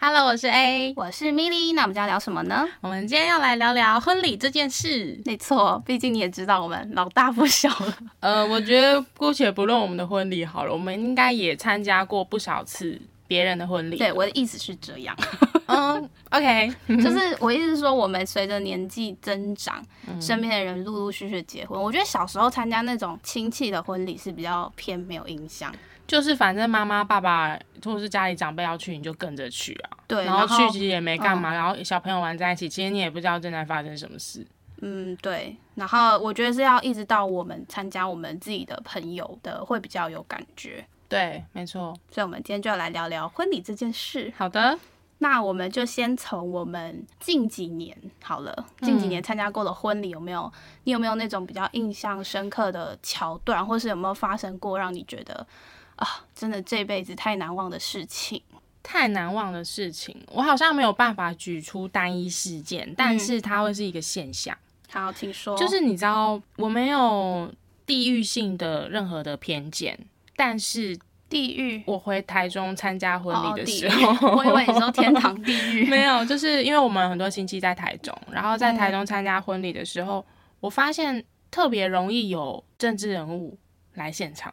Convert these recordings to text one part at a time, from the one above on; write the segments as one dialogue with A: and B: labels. A: Hello，我是 A，
B: 我是 Milly，那我们今天要聊什么呢？
A: 我们今天要来聊聊婚礼这件事。
B: 没错，毕竟你也知道我们老大不小 了。
C: 呃，我觉得姑且不论我们的婚礼好了，我们应该也参加过不少次别人的婚礼。
B: 对，，我的意思是这样，
C: 嗯，OK，
B: 就是我意思是说，我们随着年纪增长，
A: 嗯
B: 身边的人陆陆续续结婚。我觉得小时候参加那种亲戚的婚礼是比较偏没有印象。
C: 就是反正妈妈、爸爸或者是家里长辈要去，你就跟着去啊。
B: 对，
C: 然
B: 然
C: 后去其实也没干嘛，然后小朋友玩在一起，其实你也不知道正在发生什么事。
B: 嗯，对，然后我觉得是要一直到我们参加我们自己的朋友的会比较有感觉。
C: 对，没错。
B: 所以，我们今天就要来聊聊婚礼这件事。
C: 好的，
B: 那我们就先从我们近几年好了，近
C: 嗯
B: 几年参加过的婚礼有没有？你有没有那种比较印象深刻的桥段，或是有没有发生过让你觉得啊，真的这辈子太难忘的事情？
C: 太难忘的事情，我好像没有办法举出单一事件，但是它会是一个现象。
B: 好，请说。
C: 就是你知道，我没有地域性的任何的偏见，但是
B: 地狱
C: 我回台中参加婚
B: 哦，
C: 礼的
B: 地
C: 时
B: 狱
C: 候，
B: 我以为你说天堂地狱。
C: 没有，就是因为我们很多亲戚在台中，然后在台中参加婚礼的时候，我发现特别容易有政治人物来现场，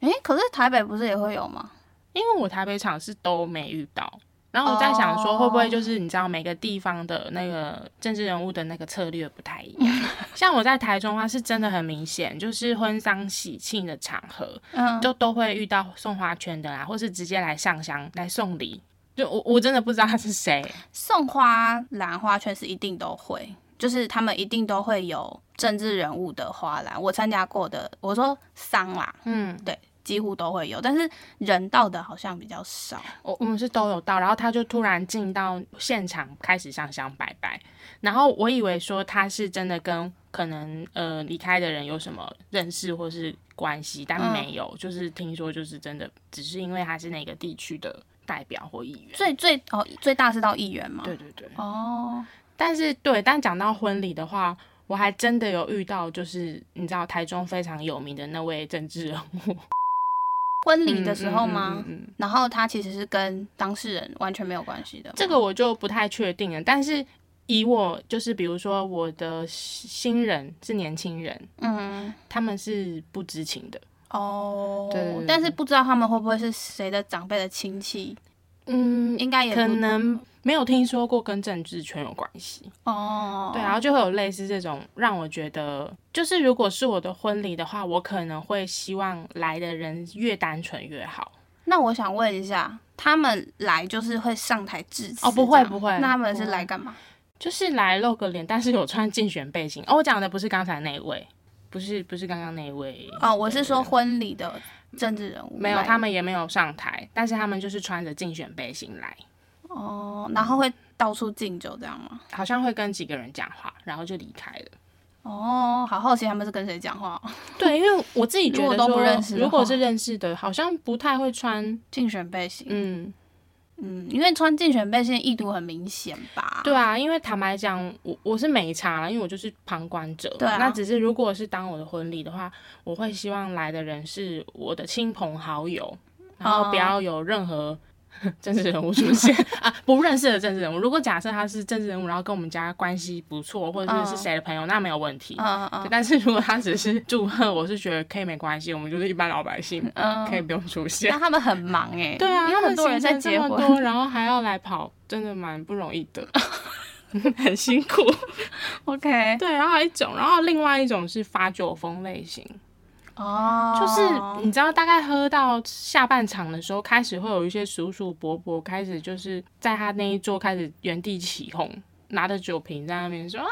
B: 诶，可是台北不是也会有吗？
C: 因为我台北场是都没遇到。然后我在想说，
B: 哦
C: 会不会就是你知道每个地方的那个政治人物的那个策略不太一样？ 像我在台中的话，是真的很明显，就是婚丧喜庆的场合，
B: 嗯，
C: 就都会遇到送花圈的啦，或是直接来上香来送礼。就我我真的不知道他是谁，
B: 送花、兰花圈是一定都会，就是他们一定都会有政治人物的花篮。我参加过的，我说丧啦，
C: 嗯，
B: 对，几乎都会有，但是人到的好像比较少。
C: 我我们哦嗯是都有到，然后他就突然进到现场开始上香拜拜，然后我以为说他是真的跟可能呃离开的人有什么认识或是关系，但
B: 嗯
C: 没有，就是听说就是真的只是因为他是那个地区的代表或议员，
B: 最最哦，最大是到议员嘛？
C: 对，对对，
B: 哦，
C: 但是对，但讲到婚礼的话，我还真的有遇到，就是你知道台中非常有名的那位政治人物，
B: 婚礼的时候吗？
C: 嗯嗯嗯嗯
B: 然后他其实是跟当事人完全没有关系的吗。
C: 这个我就不太确定了。但是以我就是比如说我的新人是年轻人，
B: 嗯，
C: 他们是不知情的。
B: 哦，
C: 对对对
B: 但是不知道他们会不会是谁的长辈的亲戚，
C: 嗯，
B: 应该也不
C: 可能没有听说过跟政治圈有关系。
B: 哦，
C: 对，然后啊就会有类似这种让我觉得，就是如果是我的婚礼的话，我可能会希望来的人越单纯越好。
B: 那我想问一下，他们来就是会上台致辞？
C: 哦不会
B: 这样
C: 不会
B: 那他们是
C: 不会
B: 来干嘛？
C: 就是来露个脸，但是有穿竞选背心。哦，我讲的不是刚才那一位，不是不是刚刚那一位，
B: 哦，我是说婚礼的政治人物，
C: 没有，
B: 来
C: 他们也没有上台，但是他们就是穿着竞选背心来，
B: 哦，然后会到处敬酒这样吗？
C: 好像会跟几个人讲话，然后就离开了。
B: 哦，好好奇他们是跟谁讲话、哦，
C: 对，因为我自己觉
B: 如
C: 得
B: 果
C: 说，
B: 都不认识的话
C: 如果是认识的，好像不太会穿。
B: 竞选背心，
C: 嗯，
B: 嗯，因为穿竞选背心的意图很明显吧？
C: 对啊，因为坦白讲，我我是没差啦，因为我就是旁观者。
B: 对啊
C: 那只是如果是当我的婚礼的话，我会希望来的人是我的亲朋好友，然后不
B: 哦
C: 要有任何 政治人物出现 啊，不认识的政治人物。如果假设他是政治人物，然后跟我们家关系不错，或者是
B: 嗯
C: 是谁的朋友，那没有问题。
B: 嗯，嗯
C: 对
B: 嗯
C: 但是如果他只是祝贺，我是觉得可以没关系，我们就是一般老百姓，
B: 嗯，
C: 可以不用出现
B: 那。他们很忙哎、
C: 对啊，
B: 因为很多人在
C: 行
B: 结
C: 程这么
B: 婚，
C: 多然后还要来跑，真的蛮不容易 的，很辛苦。
B: ，OK，
C: 对，然后还有一种，然后另外一种是发酒疯类型，
B: 哦，
C: 就是你知道，大概喝到下半场的时候，开始会有一些叔叔伯伯开始就是在他那一桌开始原地起哄，拿着酒瓶在那边说啊，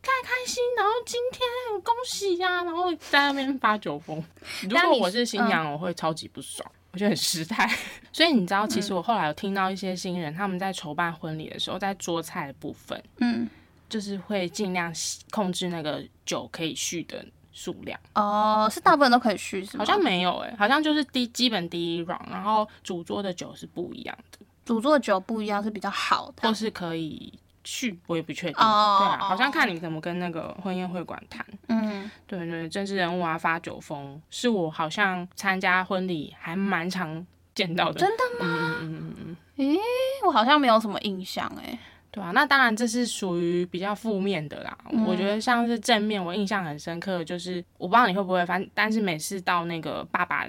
C: 太开心，然后今天恭喜呀、然后在那边发酒疯。如
B: 但
C: 果
B: 你嗯
C: 我是新娘，我会超级不爽。我觉得很失态， 所以你知道，其
B: 嗯
C: 实我后来有听到一些新人，他们在筹办婚礼的时候，在桌菜的部分，
B: 嗯，
C: 就是会尽量控制那个酒可以续的数量，
B: 哦，是大部分都可以续是吗？
C: 好像没有诶、欸好像就是第基本第一 round，然后主桌的酒是不一样的，
B: 主做酒不一样是比较好的
C: 或是可以续，我也不确定。
B: 啊哦
C: 对啊，
B: 哦
C: 好像看你怎么跟那个婚宴会馆谈。
B: 嗯，
C: 对对，政治人物啊，发酒疯，是我好像参加婚礼还蛮常见到的。
B: 真
C: 的吗？嗯嗯嗯嗯，
B: 诶，我好像没有什么印象欸诶。
C: 对啊，那当然这是属于比较负面的啦。
B: 嗯
C: 我觉得像是正面，我印象很深刻，就是我不知道你会不会，反但是每次到那个爸爸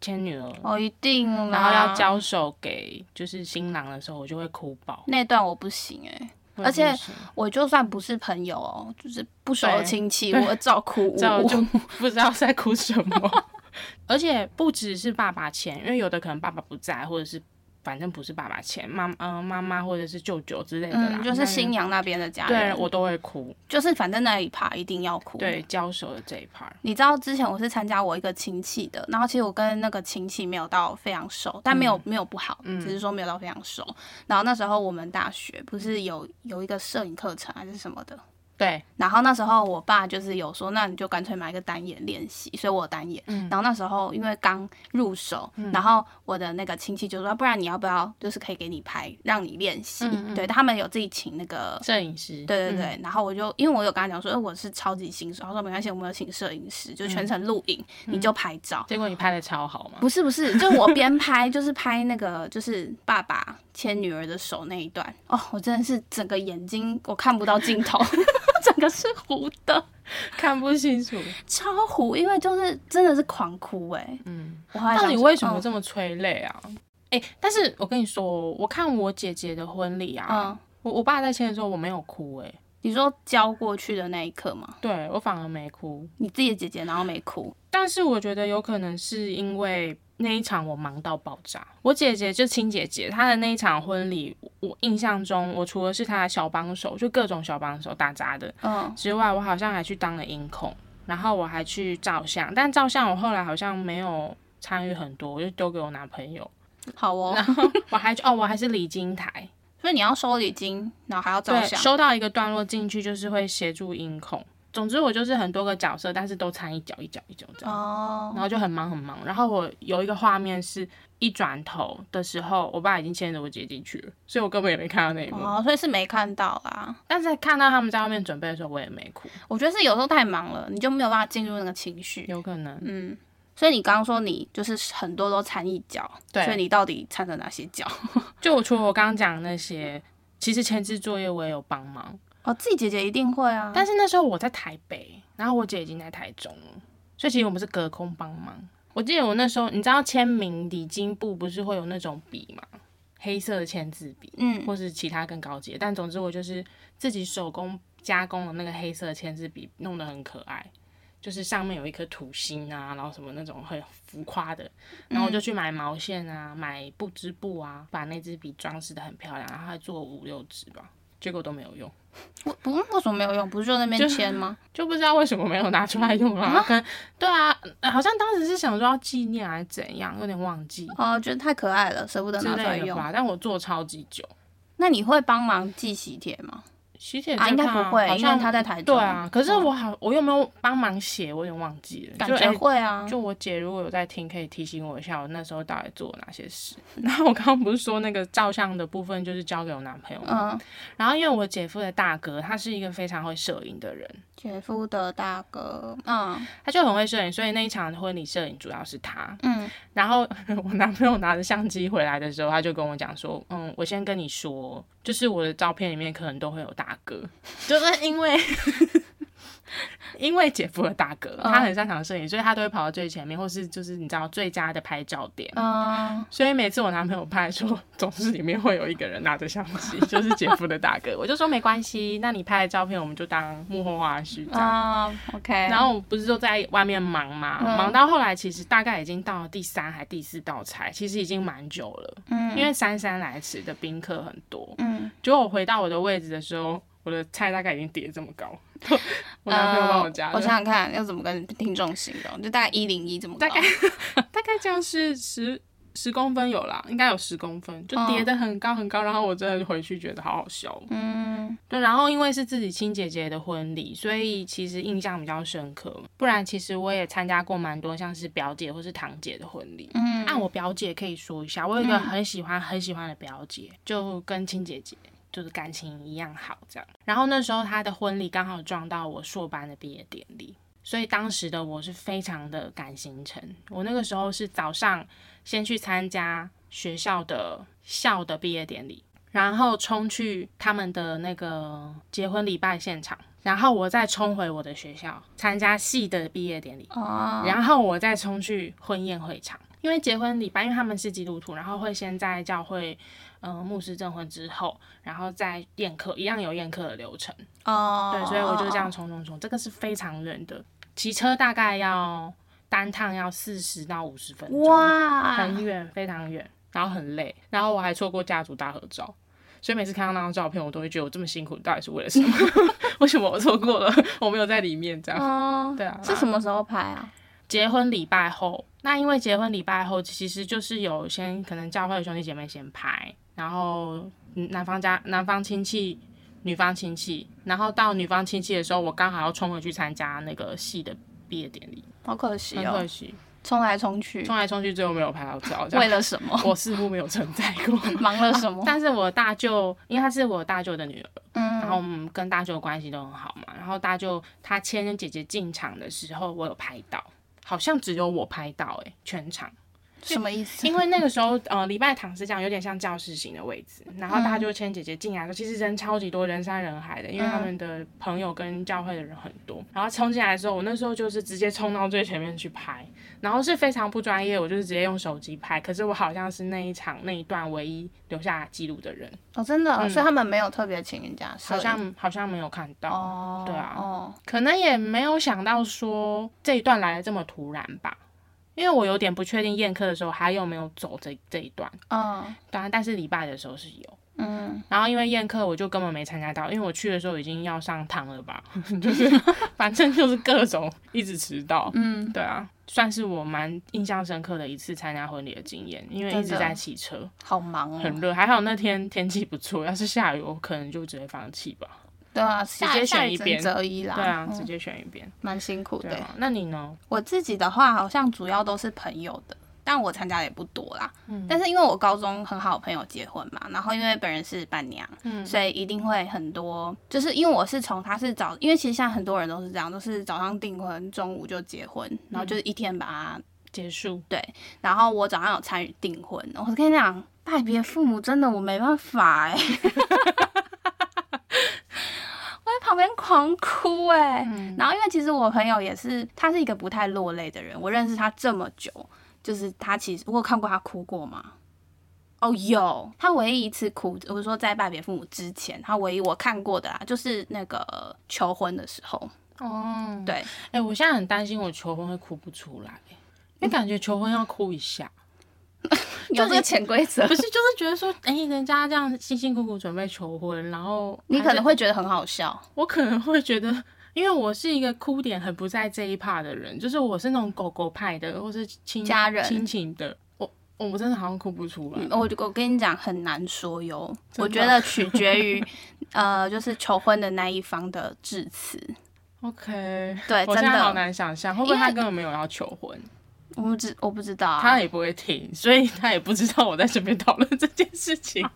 C: 牵女儿，
B: 哦，一啊定啦，
C: 嗯然后要交手给就是新郎的时候，我就会哭爆。
B: 那段我不行诶，
C: 我也
B: 而且
C: 不行
B: 我就算不是朋友哦，就是不熟
C: 对
B: 的亲戚，我照哭。
C: 这 我就不知道在哭什么。 而且不只是爸爸钱，因为有的可能爸爸不在，或者是反正不是爸爸钱，妈呃妈妈或者是舅舅之类的啦，
B: 嗯，就是新娘那边的嗯家
C: 那对
B: 人，
C: 我都会哭。
B: 就是反正那一趴一定要哭。
C: 对，交手的这一 part，
B: 你知道之前我是参加我一个亲戚的，然后其实我跟那个亲戚没有到非常熟，但没有、
C: 嗯
B: 没有不好，只是说没有到非常熟。然后那时候我们大学不是有有一个摄影课程还是什么的，
C: 对，
B: 然后那时候我爸就是有说，那你就干脆买一个单眼练习，所以我有单眼。然后那时候因为刚入手，然后我的那个亲戚就说，啊不然你要不要就是可以给你拍，让你练习？对他们有自己请那个
C: 摄影师，
B: 对对对，然后我就因为我有跟他讲说，哎、我是超级新手，他说没关系，我们有请摄影师，就全程录影，你就拍照。
C: 结果你拍的超好嘛，
B: 不是不是，就我边拍就是拍那个就是爸爸牵女儿的手那一段哦，我真的是整个眼睛我看不到镜头， 整个是糊的，
C: 看不清楚。
B: 超糊，哦因为就是真的是狂哭哎、
C: 嗯，
B: 我后来
C: 到
B: 想
C: 底
B: 说
C: 为什么
B: 嗯
C: 这么催泪啊？哎、但是我跟你说，我看我姐姐的婚礼啊，
B: 嗯
C: 我我爸在签的时候我没有哭、欸，
B: 你说交过去的那一刻吗？
C: 对我反而没哭。
B: 你自己的姐姐然后没哭，
C: 但是我觉得有可能是因为那一场我忙到爆炸。我姐姐就亲姐姐，她的那一场婚礼，我印象中，我除了是她的小帮手，就各种小帮手打杂的
B: 嗯
C: 之外，我好像还去当了音控，然后我还去照相，但照相我后来好像没有参与很多，我就丢给我男朋友。
B: 好哦，
C: 我还去哦，我还是礼金台，
B: 所以你要收礼金，然后还要照
C: 对，
B: 相，
C: 收到一个段落进去就是会协助音控。总之我就是很多个角色，但是都掺一脚一脚一脚这样。
B: 哦，
C: 然后就很忙很忙。然后我有一个画面是一转头的时候，我爸已经牵着我姐进去了，所以我根本也没看到那一幕。
B: 哦，所以是没看到啦。
C: 但是看到他们在外面准备的时候，我也没哭，
B: 我觉得是有时候太忙了，你就没有办法进入那个情绪。
C: 有可能。
B: 嗯，所以你刚刚说你就是很多都掺一脚，
C: 对
B: 所以你到底掺了哪些脚？
C: 就我除了我刚刚讲的那些，其实前置作业我也有帮忙，
B: 哦，自己姐姐一定会啊。
C: 但是那时候我在台北，然后我姐已经在台中了，所以其实我们是隔空帮忙。我记得我那时候，你知道签名礼金簿不是会有那种笔吗？黑色的签字笔，
B: 嗯，
C: 或是其他更高级的，但总之我就是自己手工加工的那个黑色签字笔，弄得很可爱，就是上面有一颗土星啊，然后什么那种很浮夸的，然后我就去买毛线啊，买布织布啊，把那支笔装饰的很漂亮，然后还做五六支吧，结果都没有用，
B: 我不为什么没有用？不是就那边签吗？
C: 就不知道为什么没有拿出
B: 嗯
C: 来用啊，可能对啊，呃好像当时是想说要纪念还是怎样，有点忘记
B: 哦，觉得太可爱了，舍不得
C: 之
B: 拿出来
C: 类的
B: 用。
C: 吧，但我做超级久。
B: 那你会帮忙寄喜帖吗？
C: 喜帖
B: 啊
C: 这
B: 应该
C: 块
B: 不会
C: 好
B: 因
C: 像
B: 为他在台
C: 对
B: 中嗯
C: 啊，可是我好，我有没有帮忙写，我有点忘记了。
B: 感
C: 就
B: 觉
C: 哎
B: 会啊。
C: 就我姐如果有在听，可以提醒我一下，我那时候到底做了哪些事。 然后我刚刚不是说那个照相的部分就是交给我男朋友吗，
B: 嗯，
C: 然后因为我姐夫的大哥他是一个非常会摄影的人，
B: 姐夫的大哥，嗯
C: 他就很会摄影，所以那一场婚礼摄影主要是他。
B: 嗯，
C: 然后 我男朋友拿着相机回来的时候，他就跟我讲说：“嗯，我先跟你说，就是我的照片里面可能都会有大哥，就是因为 因为姐夫的大哥，他很擅长摄影，所以他都会跑到最前面，或是就是你知道最佳的拍照点。
B: 嗯，
C: 所以每次我男朋友拍的时候，总是里面会有一个人拿着相机，就是姐夫的大哥。我就说没关系，那你拍的照片我们就当幕后花絮这样。
B: 啊，OK，
C: 然后我不是都在外面忙嘛，
B: 嗯
C: 忙到后来其实大概已经到了第三还第四道菜，其实已经蛮久了，
B: 嗯
C: 因为姗姗来迟的宾客很多。
B: 嗯，
C: 结果我回到我的位置的时候，我的菜大概已经叠这么高， 我男朋友帮我加
B: 呃
C: 的，
B: 我想想看要怎么跟听众形容，就大概一零一这么高，
C: 大概这样是十十公分有啦，应该有十公分，就叠得很高很高。然后我真的回去觉得好好笑哦。
B: 嗯，
C: 对，然后因为是自己亲姐姐的婚礼，所以其实印象比较深刻。不然其实我也参加过蛮多像是表姐或是堂姐的婚礼。嗯，按我表姐可以说一下，我有一个很喜欢很喜欢的表姐，就跟亲姐姐。就是感情一样好这样，然后那时候她的婚礼刚好撞到我硕班的毕业典礼，所以当时的我是非常的赶行程。我那个时候是早上先去参加学校的校的毕业典礼，然后冲去他们的那个结婚礼拜现场，然后我再冲回我的学校参加系的毕业典礼，
B: 哦，
C: 然后我再冲去婚宴会场。因为结婚礼拜，因为他们是基督徒，然后会先在教会，嗯、牧师证婚之后，然后再宴客，一样有宴客的流程。
B: 哦，
C: 对，所以我就这样冲冲冲，这个是非常远的，骑车大概要单趟要四十到五十分钟，
B: 哇，
C: 很远，非常远，然后很累，然后我还错过家族大合照，所以每次看到那张照片，我都会觉得我这么辛苦到底是为了什么？ 为什么我错过了？ 我没有在里面这样。
B: 哦，
C: 对啊
B: 是什么时候拍啊？
C: 结婚礼拜后，那因为结婚礼拜后其实就是有先可能教会的兄弟姐妹先拍，然后嗯男方家男方亲戚、女方亲戚，然后到女方亲戚的时候，我刚好要冲回去参加那个戏的毕业典礼，
B: 好可惜
C: 很可
B: 哦，
C: 惜，
B: 冲来冲去，
C: 冲来冲去最啊后没有拍到照，这
B: 为
C: 样
B: 了什么？
C: 我似乎没有存在过。
B: 忙了什么？
C: 但是我大舅，因为她是我大舅的女儿，
B: 哦嗯，
C: 然后我们跟大舅的关系都很好嘛。然后大舅他牵姐姐进场的时候，我有拍到，好像只有我拍到、欸，全场。
B: 什么意思？
C: 因为那个时候，呃，礼拜堂是这样，有点像教室型的位置。然后大家就牵姐姐进来的时候，其实人超级多，人山人海的，因为他们的朋友跟教会的人很多。然后冲进来的时候，我那时候就是直接冲到最前面去拍，然后是非常不专业，我就是直接用手机拍。可是我好像是那一场那一段唯一留下记录的人，
B: 哦，真的，所以他们没有特别请人家摄
C: 嗯好
B: 影，
C: 像好像没有看到，
B: 哦，
C: 对啊
B: 哦，
C: 可能也没有想到说这一段来的这么突然吧。因为我有点不确定宴客的时候还有没有走这这一段，
B: 嗯
C: 当然，但是礼拜的时候是有。
B: 嗯，
C: 然后因为宴客，我就根本没参加到，因为我去的时候已经要上堂 了吧，就是 反正就是各种一直迟到。嗯，对啊，算是我蛮印象深刻的一次参加婚礼的经验，因为一直
B: 真的
C: 在骑车，
B: 好忙哦，
C: 很热。还好那天天气不错，要是下雨，我可能就直接放弃吧。
B: 对啊，下
C: 接
B: 下
C: 选
B: 雨
C: 一
B: 只
C: 边
B: 能择一啦，
C: 对啊，
B: 嗯
C: 直接选一边。
B: 蛮辛苦
C: 对
B: 的。
C: 啊，那你呢？
B: 我自己的话，好像主要都是朋友的，但我参加的也不多啦。
C: 嗯
B: 但是因为我高中很好的朋友结婚嘛，然后因为本人是伴娘，
C: 嗯
B: 所以一定会很多，就是因为我是从他是早，因为其实现在很多人都是这样，都是早上订婚，中午就结婚，然后就是一天把它
C: 结束。
B: 然后我早上有参与订婚，我跟你讲，拜别父母真的我没办法哎、 我在旁边狂哭哎、
C: 嗯
B: 然后因为其实我朋友也是，他是一个不太落泪的人，我认识他这么久，就是他其实我有看过他哭过吗？哦，有，他唯一一次哭，我是说在拜别父母之前，他唯一我看过的啦，就是那个求婚的时候，
C: 哦，
B: 对，
C: 哎、我现在很担心我求婚会哭不出来，因为
B: 嗯
C: 感觉求婚要哭一下。
B: 有这个潜规则
C: 不，是，就是觉得说，哎、人家这样辛辛苦苦准备求婚，然后
B: 你
C: 还
B: 可
C: 是
B: 能会觉得很好笑，
C: 我可能会觉得，因为我是一个哭点很不在这一趴的人，就是我是那种狗狗派的，或是亲
B: 家人
C: 亲情的，我我真的好像哭不出来。
B: 嗯我我跟你讲很难说哟，
C: 真的
B: 我觉得取决于呃，就是求婚的那一方的致辞。
C: OK，
B: 对，
C: 我
B: 真
C: 现在好
B: 的，
C: 难想象，会不会
B: 因为
C: 他根本没有要求婚，
B: 我不知我不知道啊，
C: 他也不会听，所以他也不知道我在这边讨论这件事情，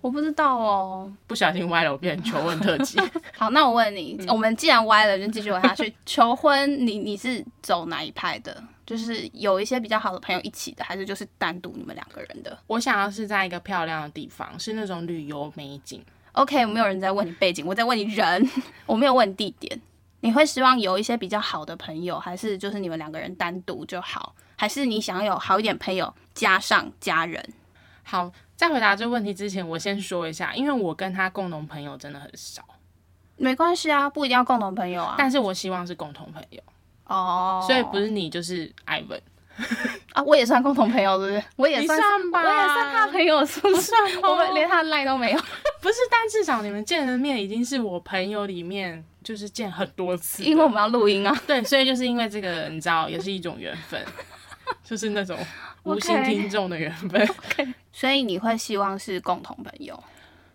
B: 我不知道哦。
C: 不小心歪了，我变成求婚特辑。
B: 好，那我问你，
C: 嗯
B: 我们既然歪了，就继续往下去。求婚，你你是走哪一派的？就是有一些比较好的朋友一起的，还是就是单独你们两个人的
C: 我想要是在一个漂亮的地方，是那种旅游美景。
B: ？OK，没有人在问你背景，我在问你人， 我没有问地点。你会希望有一些比较好的朋友，还是就是你们两个人单独就好？还是你想要有好一点朋友加上家人？
C: 好，在回答这个问题之前，我先说一下，因为我跟他共同朋友真的很少，
B: 没关系啊，不一定要共同朋友啊。
C: 但是我希望是共同朋友，
B: 哦，
C: 所以不是你就是 Ivan，
B: 啊，我也算共同朋友，是不是？我也
C: 你
B: 算，
C: 算啊吧
B: 我也算他朋友，是不是？
C: 吧
B: 我们连他的赖都没 有，
C: 哦不是，但至少你们见的面已经是我朋友里面就是见很多次的，
B: 因为我们要录音啊。
C: 对，所以就是因为这个，你知道，也是一种缘分，就是那种无 心
B: OK
C: 听众的缘分。
B: 所以你会希望是共同朋友，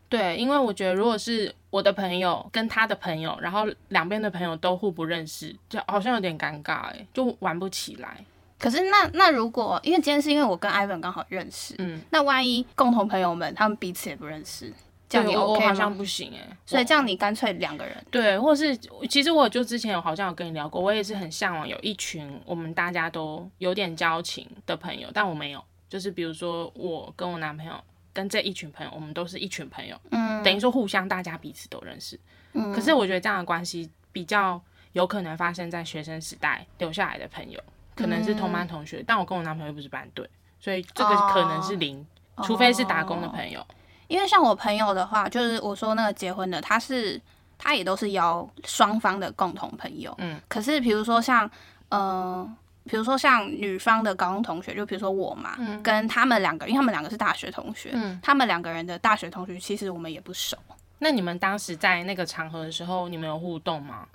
C: 对，因为我觉得如果是我的朋友跟他的朋友，然后两边的朋友都互不认识，就好像有点尴尬哎、就玩不起来。嗯
B: 可是那那如果因为今天是因为我跟 Ivan 刚好认识，
C: 嗯，
B: 那万一共同朋友们他们彼此也不认识，这样
C: 对
B: 你
C: 我我
B: OK
C: 好像
B: 吗？
C: 不行哎、
B: 所以
C: 我
B: 这样你干脆两个人，
C: 对，或是其实我就之前有好像有跟你聊过，我也是很向往有一群我们大家都有点交情的朋友，但我没有。就是比如说我跟我男朋友跟这一群朋友，我们都是一群朋友，
B: 嗯，
C: 等于说互相大家彼此都认识。
B: 嗯
C: 可是我觉得这样的关系比较有可能发生在学生时代留下来的朋友，可能是
B: 嗯
C: 同班同学，但我跟我男朋友又不是班队，所以这个
B: 哦
C: 可能是零，除非是打工的朋友。
B: 因为像我朋友的话，就是我说那个结婚的，他是他也都是邀双方的共同朋友，
C: 嗯，
B: 可是比如说像，呃，比如说像女方的高中同学，就比如说我嘛，
C: 嗯
B: 跟他们两个，因为他们两个是大学同学，
C: 嗯
B: 他们两个人的大学同学其实我们也不熟，
C: 那你们当时在那个场合的时候，你们有互动吗？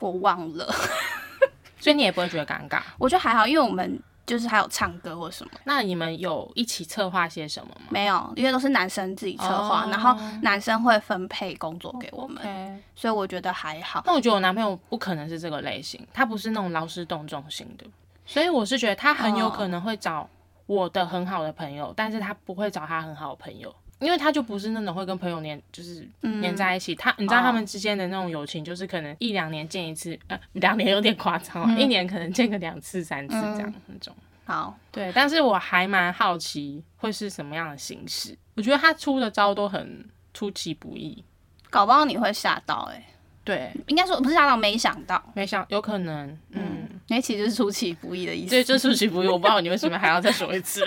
B: 我忘了，
C: 所以你也不会觉得尴尬。
B: 我觉得还好，因为我们就是还有唱歌或什么。
C: 那你们有一起策划些什么吗？
B: 没有，因为都是男生自己策划
C: 哦
B: 然后男生会分配工作给我们
C: OK，
B: 所以我觉得还好。
C: 那我觉得我男朋友不可能是这个类型，他不是那种劳师动众型的，所以我是觉得他很有可能会找我的很好的朋友，但是他不会找他很好的朋友，因为他就不是那种会跟朋友黏，就是
B: 嗯
C: 黏在一起。他你知道他们之间的那种友情，就是可能一两年见一次，呃，两年有点夸张、哦，一年可能见个两次、三次这样、那种。
B: 好，
C: 对，但是我还蛮好奇会是什么样的形式。我觉得他出的招都很出其不意。
B: 搞不好你会吓到哎、
C: 对，
B: 应该说不是吓到，没想到，
C: 没想有可能，嗯
B: 嗯，那其实是出其不意的意思。
C: 对，这出其不意，我不知道你为什么还要再说一 次。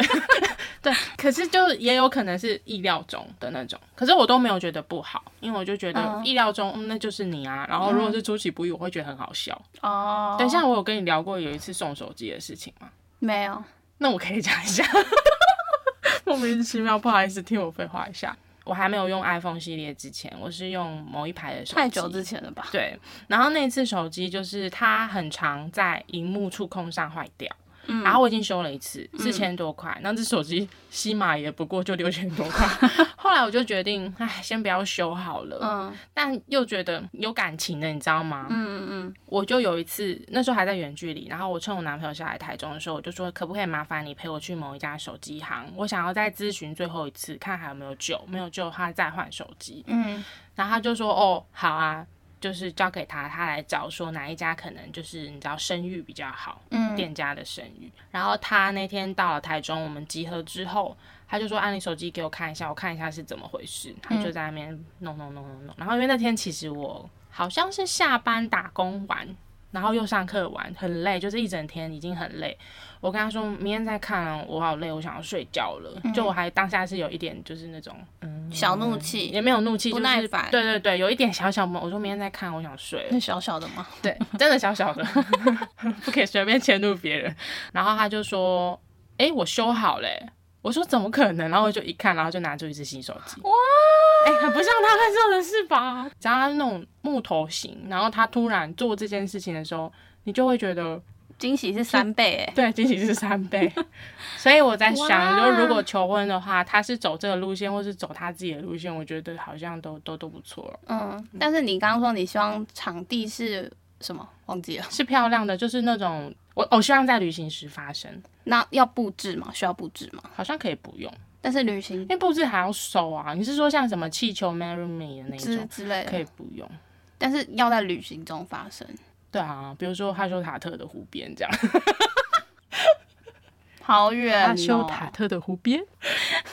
C: 对，可是就也有可能是意料中的那种，可是我都没有觉得不好，因为我就觉得
B: 嗯
C: 意料中、嗯那就是你啊。然后如果是出其不意，我会觉得很好笑。
B: 哦，
C: 等一下，我有跟你聊过有一次送手机的事情吗？
B: 没有，
C: 那我可以讲一下， 莫名其妙，不好意思，听我废话一下。我还没有用 iPhone 系列之前，我是用某一排的手机，
B: 太久之前了吧？
C: 对，然后那次手机就是它很常在荧幕触控上坏掉。
B: 嗯
C: 然后我已经修了一次，四千多块。那只手机西马也不过就六千 多块。后来我就决定，唉，先不要修好了。
B: 嗯
C: 但又觉得有感情的，你知道吗？
B: 嗯嗯
C: 我就有一次，那时候还在远距离，然后我趁我男朋友下来台中的时候，我就说，可不可以麻烦你陪我去某一家手机行？我想要再咨询最后一次，看还有没有救，没有救他再换手机。
B: 嗯
C: 然后他就说：“哦，好啊，就是交给他，他来找说哪一家可能就是你知道声誉比较好，
B: 嗯
C: 店家的声誉。”然后他那天到了台中，我们集合之后，他就说：“啊，你手机给我看一下，我看一下是怎么回事。”他就在那边弄弄弄弄弄。然后因为那天其实我好像是下班打工完。然后又上课完，很累，就是一整天已经很累。我跟他说明天再看啊，我好累，我想要睡觉了。就我还当下是有一点就是那种
B: 嗯，小怒气，
C: 也没有怒气，
B: 不
C: 就是
B: 耐烦
C: 对对对，有一点小小懵。我说明天再看，我想睡 了
B: 那。小小的吗？
C: 对， 真的小小的，不可以随便迁怒别人。然后他就说：“诶，我修好嘞、我说：“怎么可能？”然后我就一看，然后就拿出一只新手机。哇！哎、很不像他会做的事吧？只要他是那种木头型，然后他突然做这件事情的时候，你就会觉得
B: 惊喜是三倍哎、
C: 对，惊喜是三倍。 所以我在想，
B: 哇
C: 就如果求婚的话，他是走这个路线，或是走他自己的路线，我觉得好像都都都不错了。
B: 嗯，但是你刚刚说你希望场地是什么？忘记了。
C: 是漂亮的，就是那种我我希望在旅行时发生，
B: 那要布置吗？需要布置吗？
C: 好像可以不用，
B: 但是旅行
C: 因为布置还要收啊。你是说像什么气球 marry me 的那
B: 之
C: 种，
B: 之类
C: 可
B: 的，
C: 以不用？
B: 但是要在旅行中发生。
C: 对啊，比如说哈修塔特的湖边这样，
B: 好远、哦，
C: 哈修塔特的湖边，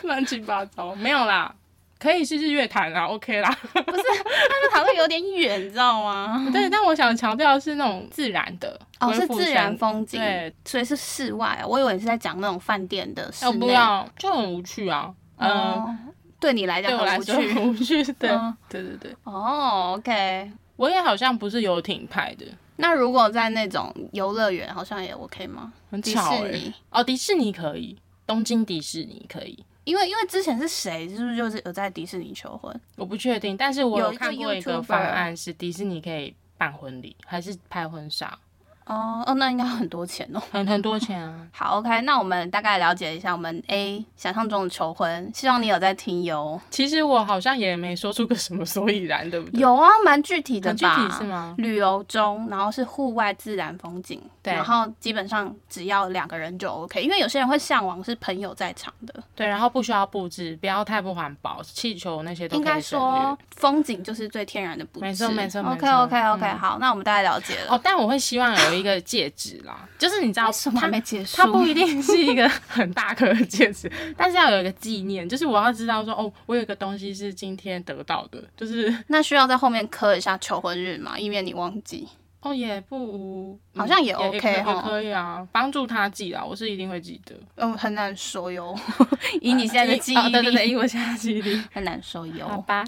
C: 乱七八糟，没有啦，可以是日月潭啊，OK 啦。
B: 那塔会有点远，你知道吗？
C: 对，但我想强调的是那种自然的，
B: 嗯哦，
C: 恢
B: 是
C: 复
B: 自然
C: 生
B: 风景，
C: 对，
B: 所以是室外啊、我以为你是在讲那种饭店的室
C: 要
B: 内。
C: 不要就很无趣啊。嗯、
B: 哦，对你来讲
C: 对我
B: 很
C: 来
B: 无
C: 说 很
B: 趣。
C: 无趣。对、
B: 嗯
C: 对对对，
B: 哦，OK。
C: 我也好像不是游艇派的，
B: 那如果在那种游乐园，好像也 OK 吗？
C: 很
B: 迪
C: 巧
B: 士
C: 哎、
B: 尼
C: 哦，迪士尼可以，东京迪士尼可以，
B: 因为因为之前是谁，是不是就是有在迪士尼求婚？
C: 我不确定，但是我
B: 有
C: 有
B: 一个
C: 看过一个
B: YouTuber
C: 方案是迪士尼可以办婚礼还是拍婚纱，
B: 哦哦，那应该很多钱哦。
C: 很很多钱啊。
B: 好，OK，那我们大概了解一下我们 A 想象中的求婚，希望你有在听哟。
C: 其实我好像也没说出个什么所以然，对不对？
B: 有啊，蛮具体的
C: 很具
B: 吧？
C: 体是吗？
B: 旅游中，然后是户外自然风景，
C: 对
B: 然后基本上只要两个人就 OK，因为有些人会向往是朋友在场的，
C: 对，然后不需要布置，不要太不环保，气球那些都
B: 应
C: 可
B: 该
C: 以省略
B: 说。风景就是最天然的布置。
C: 没错没错没
B: OK
C: 错嗯
B: OK OK，、好，那我们大概了解了。
C: 哦，但我会希望有一个戒指啦，就是你知道
B: 为什么
C: 它
B: 还没结束？
C: 它不一定是一个很大颗的戒指，但是要有一个纪念，就是我要知道说，哦，我有一个东西是今天得到的，就是
B: 那需要在后面刻一下求婚日嘛，以免你忘记。
C: 哦也不无，嗯
B: 好像也
C: 也
B: OK
C: 也可以
B: 吼
C: 也可以啊，帮助他记啦，我是一定会记得。
B: 嗯，很难说哟， 以你现在的记忆力，
C: 哦对对对，因为我现在记忆力。
B: 很难说
C: 好
B: 哟。
C: 吧，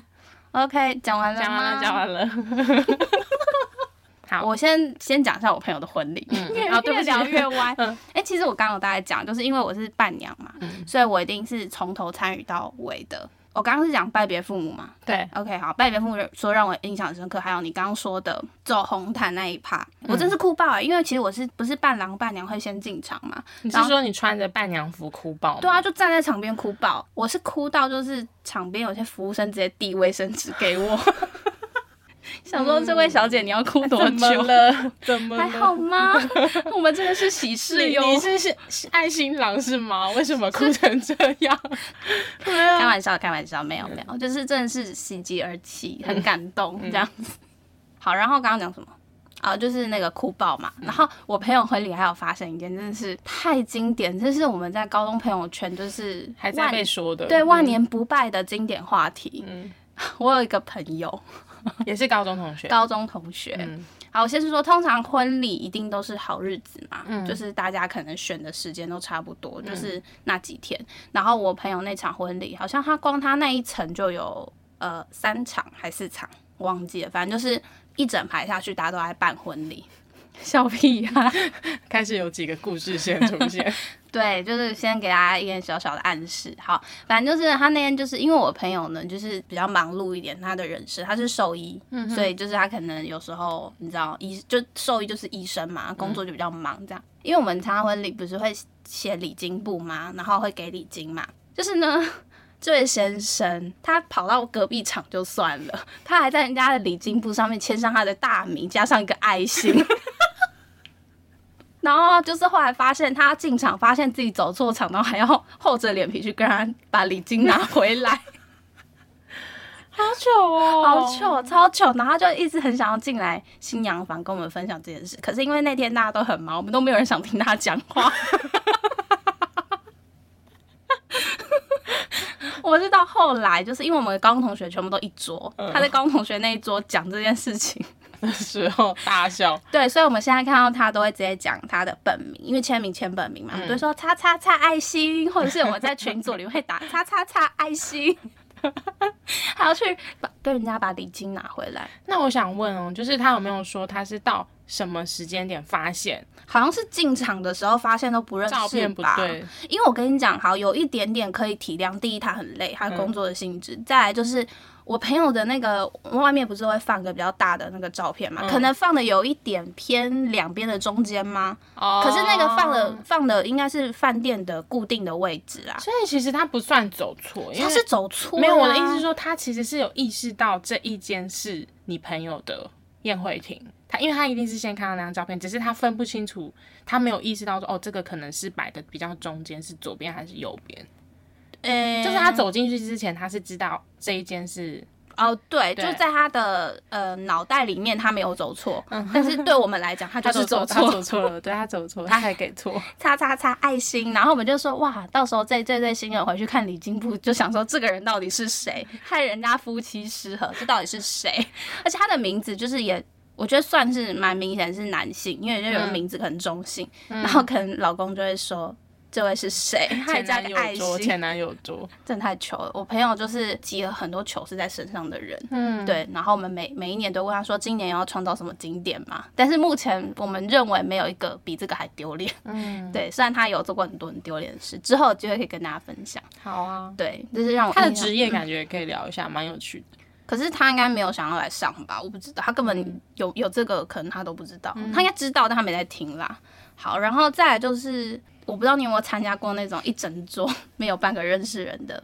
B: OK，讲完了
C: 讲完了，
B: 吗
C: 讲完了。 好
B: 我先先讲一下我朋友的婚礼， 越
C: 哦对
B: 越
C: 不起
B: 聊越 歪。哎、
C: 嗯
B: 其实我刚刚有大概讲，就是因为我是伴娘嘛，所以我一定是从头参与到尾的。我刚刚是讲拜别父母嘛
C: 对，
B: ，OK，好，拜别父母说让我印象很深刻，还有你刚刚说的走红毯那一趴，我真是哭爆、欸，因为其实我是不是伴郎伴娘会先进场嘛，
C: 你
B: 然
C: 是
B: 后
C: 说你穿着伴娘服哭爆吗？
B: 对啊，就站在场边哭爆，我是哭到就是场边有些服务生直接递卫生纸给我， 想说这位小姐你要哭多
C: 怎么
B: 久？
C: 了？怎么了
B: 还好 吗？我们真的是喜事
C: 你
B: 哟，
C: 你是是是爱新郎是吗？为什么哭成这样？ 对
B: 开
C: 啊，
B: 玩笑，开玩笑，没有没
C: 嗯
B: 有，就是真的是喜极而泣，很感动 这样子。好，然后刚刚讲什么？啊，就是那个哭爆嘛。
C: 嗯
B: 然后我朋友婚礼还有发生一件，真的是太经典，这是我们在高中朋友圈就是
C: 还在
B: 万
C: 被说的，
B: 对万
C: 嗯
B: 年不败的经典话题。
C: 嗯
B: 我有一个朋友，
C: 也是高中同学，
B: 高中同学。
C: 嗯
B: 好，我先是说，通常婚礼一定都是好日子嘛，
C: 嗯
B: 就是大家可能选的时间都差不多，就是那几天。然后我朋友那场婚礼，好像他光他那一层就有呃三场还是四场，忘记了，反正就是一整排下去，大家都在办婚 礼。笑屁
C: 啊
B: 呀、
C: 开始有几个故事线出现，
B: 对，就是先给大家一点小小的暗示。好，反正就是他那天就是因为我朋友呢，就是比较忙碌一点，他的人生他是兽医，所以就是他可能有时候你知道医就兽医就是医生嘛，工作就比较忙这样。因为我们参加婚礼不是会写礼金簿嘛，然后会给礼金嘛，就是呢。这位先生，他跑到隔壁场就算了，他还在人家的礼金簿上面签上他的大名，加上一个爱心，然后就是后来发现他进场，发现自己走错场，然后还要厚着脸皮去跟他把礼金拿回来，
C: 好糗哦
B: 好糗，超糗。然后他就一直很想要进来新娘房跟我们分享这件事，可是因为那天大家都很忙，我们都没有人想听他讲 话。我是到后来，就是因为我们高中同学全部都一桌，
C: 嗯
B: 他在高中同学那一桌讲这件事情，
C: 的时候大笑，
B: 对，所以我们现在看到他都会直接讲他的本名，因为签名签本名
C: 嗯
B: 嘛，我们就会说叉叉叉爱心，或者是我们在群组里会打叉叉叉爱 心，还要去把跟人家把礼金拿回来，
C: 那我想问哦，就是他有没有说他是到什么时间点发现
B: 好像是进场的时候发现都不认
C: 照
B: 识
C: 片不
B: 吧？
C: 对？
B: 因为我跟你讲，好有一点点可以体谅，第一他很累，他工作的性质，再来就是。我朋友的那个外面不是会放个比较大的那个照片嘛？
C: 嗯
B: 可能放的有一点偏两边的中间吗？
C: 哦
B: 可是那个放的，放的应该是饭店的固定的位置啊，
C: 所以其实他不算走错，因
B: 他
C: 为
B: 是走错、
C: 没有我的意思是，说，他其实是有意识到这一间是你朋友的宴会厅。他因为他一定是先看到那张照片，只是他分不清楚，他没有意识到说哦，这个可能是摆的比较中间，是左边还是右边。
B: 呃、
C: 就是他走进去之前，他是知道这一间是
B: 哦，对，
C: 对
B: 就在他的呃脑袋里面他没有走错，但是对我们来讲他就是走
C: 他
B: 错，
C: 嗯走错了，对他走错，他还给错。
B: 叉叉叉爱心，然后我们就说哇，到时候这这对新人回去看礼金簿，就想说这个人到底是谁，害人家夫妻失和，这到底是谁？而且他的名字就是也。我觉得算是蛮明显是男性，因为就有
C: 嗯
B: 人名字可能中性，然后可能老公就会说这位是 谁，他还
C: 前
B: 加
C: 男
B: 个
C: 友
B: 爱
C: 桌，
B: 心，
C: 前男友桌，
B: 真的太糗了。我朋友就是集了很多糗事在身上的人，
C: 嗯，
B: 对，然后我们每每一年都问他说，今年要创造什么经典嘛？但是目前我们认为没有一个比这个还丢脸。
C: 嗯，
B: 对，虽然他有做过很多很丢脸的事，之后有机会可以跟大家分享。
C: 好啊。
B: 对，这是让我
C: 他的
B: 印象
C: 职业感觉也可以聊一下，蛮有趣的。
B: 可是他应该没有想要来上吧？我不知道，他根本有有这个，可能他都不知道。
C: 嗯
B: 他应该知道，但他没在听啦。好，然后再来就是，我不知道你有没有参加过那种一整桌 没有半个认识人的，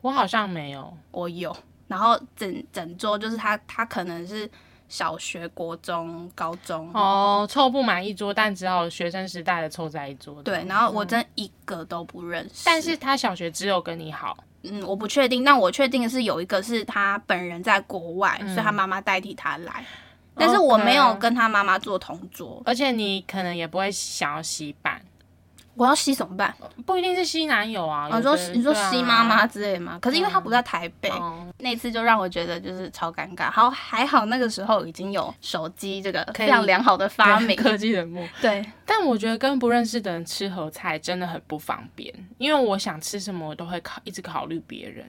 C: 我好像没有，
B: 我有。然后整整桌就是他，他可能是小学、国中、高中，
C: 哦，凑不满一桌，但只好学生时代的凑在一桌。
B: 对，然后我真一个都不认识。
C: 但是他小学只有跟你好，
B: 嗯，我不确定，但我确定的是有一个是他本人在国外，
C: 嗯
B: 所以他妈妈代替他来，但是我没有
C: OK
B: 跟他妈妈做同桌，
C: 而且你可能也不会想要吸伴，
B: 我要吸怎么办？
C: 不一定是吸男友啊。
B: 哦你
C: 有
B: 说
C: 的
B: 你说
C: 哦对啊
B: 吸妈妈之类吗？可是因为他不在台北，
C: 哦
B: 那次就让我觉得就是超尴尬。好，还好那个时候已经有手机这个
C: 可以
B: 非常良好的 发明，
C: 啊科技冷漠。
B: 对，
C: 但我觉得跟不认识的人吃合菜真的很不方便，因为我想吃什么我都会考一直考虑别人，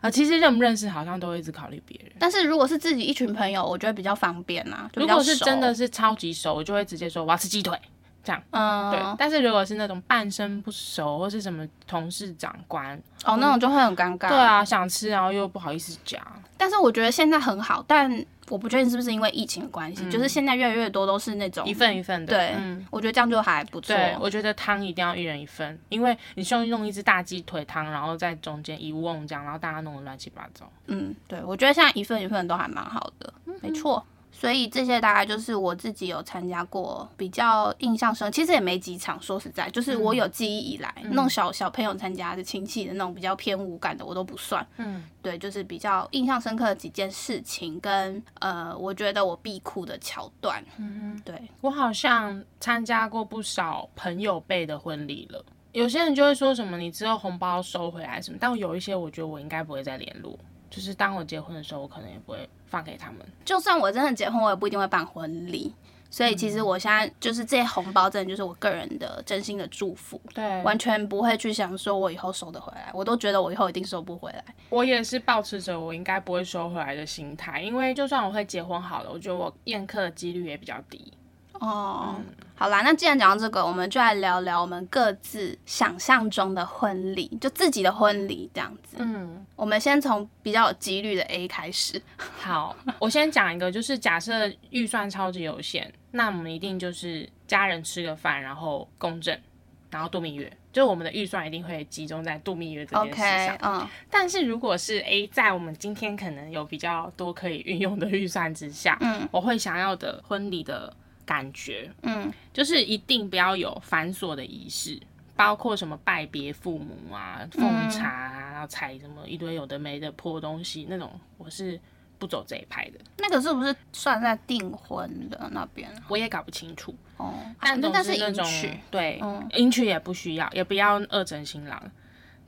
C: 啊、其实认不认识好像都会一直考虑别人。
B: 但是如果是自己一群朋友，我觉得比较方便啊。就
C: 如
B: 比较
C: 果是
B: 熟
C: 真的，是超级熟，我就会直接说我要吃鸡腿，这样。
B: 嗯，
C: 对，但是如果是那种半生不熟或是什么同事长官，
B: 哦，那种就会很尴尬。
C: 对，啊，想吃然后又不好意思讲，
B: 但是我觉得现在很好，但我不确定是不是因为疫情的关系，就是现在越来越多都是那种
C: 嗯一份一份的。
B: 对，
C: 嗯，
B: 我觉得这样就还不错。
C: 对，我觉得汤一定要一人一份，因为你像用一只大鸡腿汤，然后在中间一瓮这样，然后大家弄得乱七八糟。
B: 嗯，对，我觉得现在一份一份都还蛮好的，没错。所以这些大概就是我自己有参加过比较印象深，其实也没几场。说实在，就是我有记忆以来，那种小小朋友参加的亲戚的那种比较偏无感的，我都不算。
C: 嗯，
B: 对，就是比较印象深刻的几件事情，跟呃，我觉得我必哭的桥段。嗯，对，
C: 我好像参加过不少朋友辈的婚礼了。有些人就会说什么你之后红包收回来什么，但有一些我觉得我应该不会再联络，就是当我结婚的时候，我可能也不会放给他们。
B: 就算我真的结婚，我也不一定会办婚礼。所以其实我现在就是这些红包，真的就是我个人的真心的祝福，
C: 对
B: 完全不会去想说我以后收得回来，我都觉得我以后一定收不回来。
C: 我也是保持着我应该不会收回来的心态，因为就算我会结婚好了，我觉得我宴客的几率也比较低。
B: 哦，好啦，那既然讲到这个，我们就来聊聊我们各自想象中的婚礼，就自己的婚礼这样子。
C: 嗯，
B: 我们先从比较有几率的 A 开始。
C: 好，我先讲一个，就是假设预算超级有限，那我们一定就是家人吃个饭，然后公证，然后度蜜月，就是我们的预算一定会集中在度蜜月这件事上。
B: OK，嗯，
C: 但是如果是 A 在我们今天可能有比较多可以运用的预算之下，
B: 嗯，
C: 我会想要的婚礼的感觉，
B: 嗯，
C: 就是一定不要有繁琐的仪式，包括什么拜别父母啊、奉茶啊，然后采什么一堆有的没的破东西那种，我是不走这一派的，
B: 那个是不是算在订婚的那边？
C: 我也搞不清楚。
B: 哦，
C: 但
B: 那但
C: 总
B: 是
C: 之那
B: 迎
C: 种
B: 娶。
C: 对
B: 嗯
C: 迎娶也不需要，也不要恶整新郎，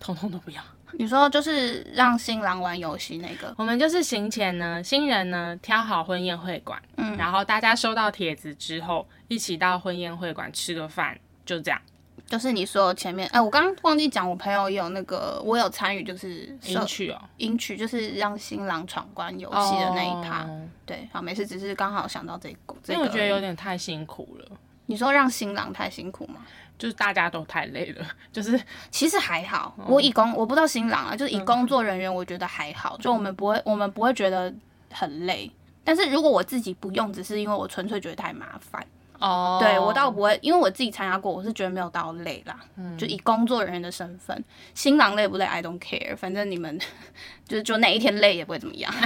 C: 通通都不要。
B: 你说就是让新郎玩游戏那个，
C: 我们就是行前呢，新人呢挑好婚宴会馆，嗯，然后大家收到帖子之后，一起到婚宴会馆吃个饭，就这样。
B: 就是你说前面，哎、我刚刚忘记讲，我朋友也有那个，我有参与，就是
C: 迎娶哦，
B: 迎娶，就是让新郎闯关游戏的那一趴。
C: 哦
B: 对，好，没事，只是刚好想到这一个。这
C: 因
B: 个
C: 为我觉得有点太辛苦了，
B: 你说让新郎太辛苦吗？
C: 就是大家都太累了， 就是
B: 其实还好，
C: 嗯
B: 我以工我不知道新郎啊，就是以工作人员，我觉得还好，就我们不会我们不会觉得很累。但是如果我自己不用，只是因为我纯粹觉得太麻烦，
C: 哦
B: 对我倒不会，因为我自己参加过，我是觉得没有到累啦。
C: 嗯
B: 就以工作人员的身份，新郎累不累，I don't care，反正你们 就是就哪一天累也不会怎么样。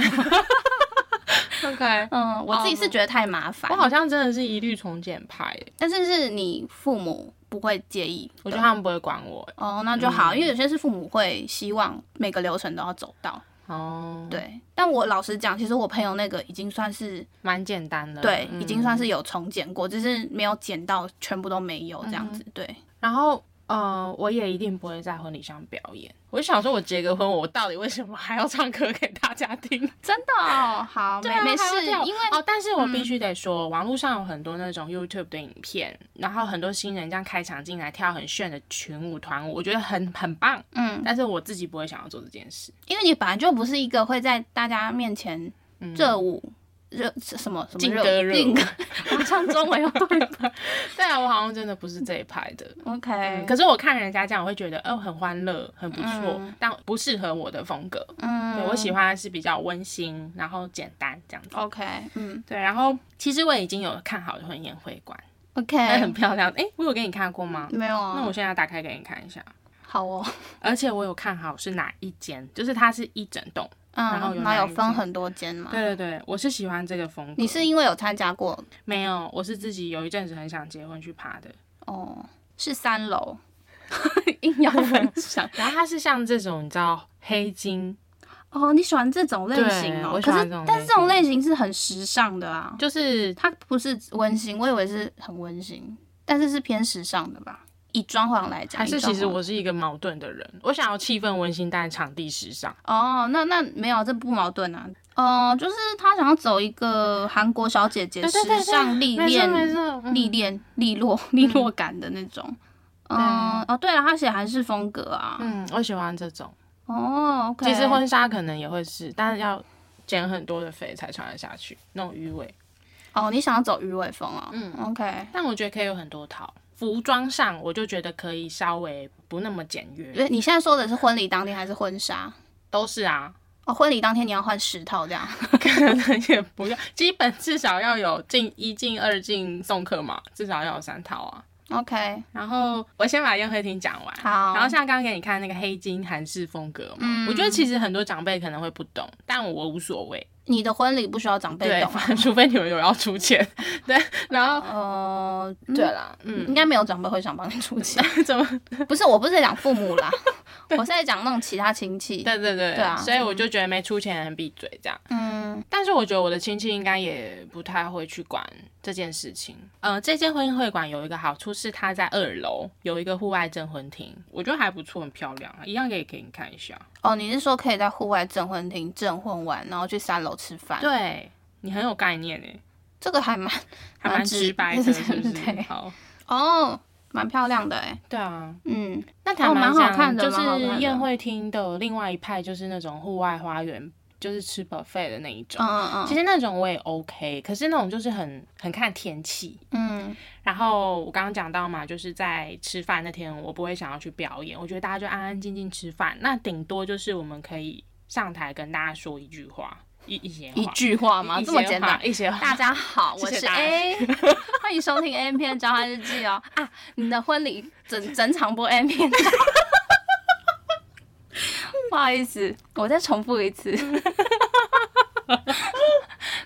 C: OK。
B: 嗯，我自己是觉得太麻烦
C: 我，哦好像真的是一律从简派耶，
B: 但是是你父母不会介意。
C: 我觉得他嗯们不会管我耶。
B: 哦，那就好，因为有些是父母会希望每个流程都要走到。
C: 哦，，
B: 对，但我老实讲，其实我朋友那个已经算是
C: 蛮简单的，
B: 对，
C: 嗯
B: 已经算是有重剪过，只是没有剪到全部都没有
C: 嗯
B: 这样子。对，
C: 然后，呃，我也一定不会在婚礼上表演。我就想说，我结个婚，我到底为什么还要唱歌给大家听？
B: 真的哦，好，没
C: 对啊
B: 没事
C: 还要跳，
B: 因为嗯
C: 哦，但是我必须得说，网络上有很多那种 YouTube 的影片，然后很多新人这样开场进来跳很炫的群舞团舞，我觉得很很棒。
B: 嗯，
C: 但是我自 己不会想要做这件事。
B: 因为你本来就不是一个会在大家面前热舞热什么什么
C: 嗯劲
B: 热
C: 歌热
B: 劲 歌
C: 舞
B: 我唱中文又对吧
C: 对啊，我好像真的不是这一派的。
B: ？OK，
C: 可是我看人家这样，我会觉得哦，很欢乐，很不错，
B: 嗯
C: 但不适合我的风格。
B: 嗯
C: 对我喜欢是比较温馨，然后简单这样子。
B: OK，嗯
C: 对，然后其实我已经有看好婚宴会馆，它很
B: ，OK，
C: 漂亮。哎、我有给你看过吗？
B: 没有啊，
C: 那我现在打开给你看一下。
B: 好 哦，
C: 而且我有看好是哪一间，就是它是一整栋。
B: 嗯，
C: 然后有
B: 然后有
C: 哪
B: 分
C: 一间
B: 很多间嘛。
C: 对对对，我是喜欢这个风格。
B: 嗯你是因为有参加过
C: 没有？我是自己有一阵子很想结婚去爬的。
B: 哦，是三 楼，硬要分享
C: 然后它是像这种你知道黑金，
B: 哦。你喜欢这种类型
C: 对
B: 哦？
C: 我喜
B: 可
C: 欢
B: 是
C: 这种
B: 但是这种
C: 类
B: 类型是很时尚的啊，
C: 就是
B: 它不是温馨，我以为是很温馨，但是是偏时尚的吧？以装潢来讲，
C: 还是
B: 以装潢
C: 其实我是一个矛盾的人，我想要气氛温馨，但场地时尚。
B: 哦，那那没有，这不矛盾啊。哦、就是他想要走一个韩国小姐姐
C: 对对对
B: 时尚历
C: 没错没
B: 练、
C: 错，嗯
B: 历练、 利落、利落感的那种。嗯，哦，对了，他写韩式风格啊。
C: 嗯，我喜欢这种。
B: 哦，OK，
C: 其实婚纱可能也会是，但是要减很多的肥才穿得下去，那种鱼尾。
B: 哦，你想要走鱼尾风啊？嗯，OK，
C: 但我觉得可以有很多套。服装上，我就觉得可以稍微不那么简约，
B: 你现在说的是婚礼当天还是婚纱？
C: 都是啊，
B: 哦，婚礼当天你要换十套这样。
C: 可能也不要，基本至少要有进一进二进送客嘛，至少要有三套啊。
B: OK，
C: 然后我先把宴会厅讲完，
B: 好
C: 然后像刚刚给你看那个黑金韩式风格嘛，
B: 嗯
C: 我觉得其实很多长辈可能会不懂，但我无所谓，
B: 你的婚礼不需要长辈
C: 对，
B: 懂啊。
C: 反正 除非你们有要出钱， 对，然后
B: 哦，
C: 对啦，嗯，
B: 应该没有长辈会想帮你出钱。
C: 怎么？
B: 不是，我不是在讲父母 啦，我是在讲那种其他亲戚。
C: 对对对，嗯
B: 对啊
C: 所以我就觉得没出钱的人闭嘴这样。
B: 嗯，
C: 但是我觉得我的亲戚应该也不太会去管这件事情。呃，这间婚姻会馆有一个好处是它在二楼有一个户外证婚厅，我觉得还不错，很漂亮，啊一样可以给你看一下。
B: 哦，你是说可以在户外证婚厅证婚完，然后去三楼吃饭？，
C: 对你很有概念诶，
B: 这个还蛮
C: 还蛮直白的，是不 是？
B: 对
C: 好，
B: 哦，蛮漂亮的哎。
C: 对啊。
B: 嗯，
C: 那台
B: 哦
C: 湾
B: 蛮好看的
C: 就
B: 蛮好看
C: 是
B: 的
C: 宴会厅的另外一派，就是那种户外花园，就是吃 buffet 的那一种。
B: 嗯嗯
C: 其实那种我也 OK，可是那种就是很很看天气。
B: 嗯
C: 然后我刚刚讲到嘛，就是在吃饭那天，我不会想要去表演，我觉得大家就安安静静吃饭。那顶多就是我们可以上台跟大家说一句话，一一些
B: 嗯，
C: 话，
B: 一句话吗？
C: 一
B: 这么
C: 一些
B: 简
C: 话
B: 单。
C: 一 些
B: 大
C: 话。
B: 家好，我
C: 谢谢
B: 是
C: 大家
B: A，欢 迎收听 A 片交换日记哦。啊，你的婚礼整整场播 A 片。 不好意思，我再重复一次。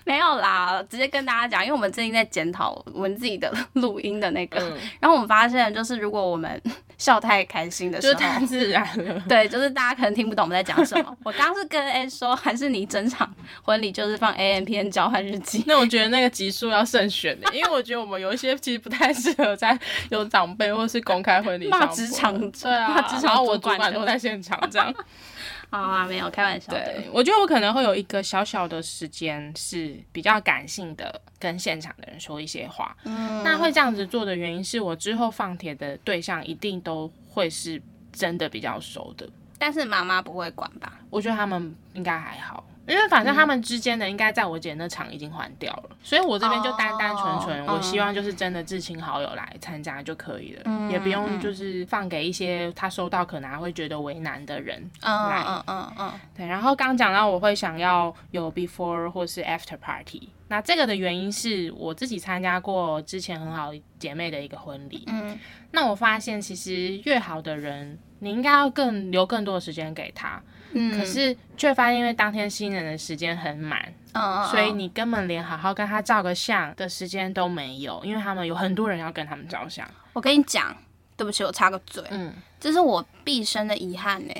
B: 没有啦，直接跟大家讲，因为我们最近在检讨我们自己的录音的那个，
C: 嗯，
B: 然后我们发现，就是如果我们笑太开心的时
C: 就是
B: 候，
C: 太自然了。
B: 对，就是大家可能听不懂我们在讲什么。我刚刚是跟 A 说，还是你整场婚礼就是放 A M P N 交换日记？
C: 那我觉得那个集数要慎选的，因为我觉得我们有一些其实不太适合在有长辈或是公开婚礼上
B: 骂
C: 播
B: 职场
C: 对啊，
B: 骂职场
C: 然后我
B: 主
C: 主
B: 管
C: 管
B: 的
C: 都在现场这样。
B: 好啊，没有开玩笑的
C: 对。，我觉得我可能会有一个小小的时间是比较感性的，跟现场的人说一些话。
B: 嗯
C: 那会这样子做的原因是我之后放帖的对象一定都会是真的比较熟的，
B: 但是妈妈不会管吧？
C: 我觉得他们应该还好。因为反正他们之间的应该在我姐那场已经还掉了，所以我这边就单单纯纯，
B: 哦
C: 我希望就是真的至亲好友来参加就可以了，
B: 嗯
C: 也不用就是放给一些他收到可能还会觉得为难的人。
B: 嗯
C: 来
B: 嗯嗯嗯，
C: 对，然后刚讲到我会想要有 before 或是 after party，那这个的原因是我自己参加过之前很好姐妹的一个婚礼，
B: 嗯，
C: 那我发现其实越好的人，你应该要更留更多的时间给他，
B: 嗯
C: 可是却发现因为当天新人的时间很满，
B: 嗯嗯，
C: 所以你根本连好好跟他照个相的时间都没有，因为他们有很多人要跟他们照相，
B: 我跟你讲，对不起，我插个嘴，
C: 嗯，
B: 这是我毕生的遗憾呢、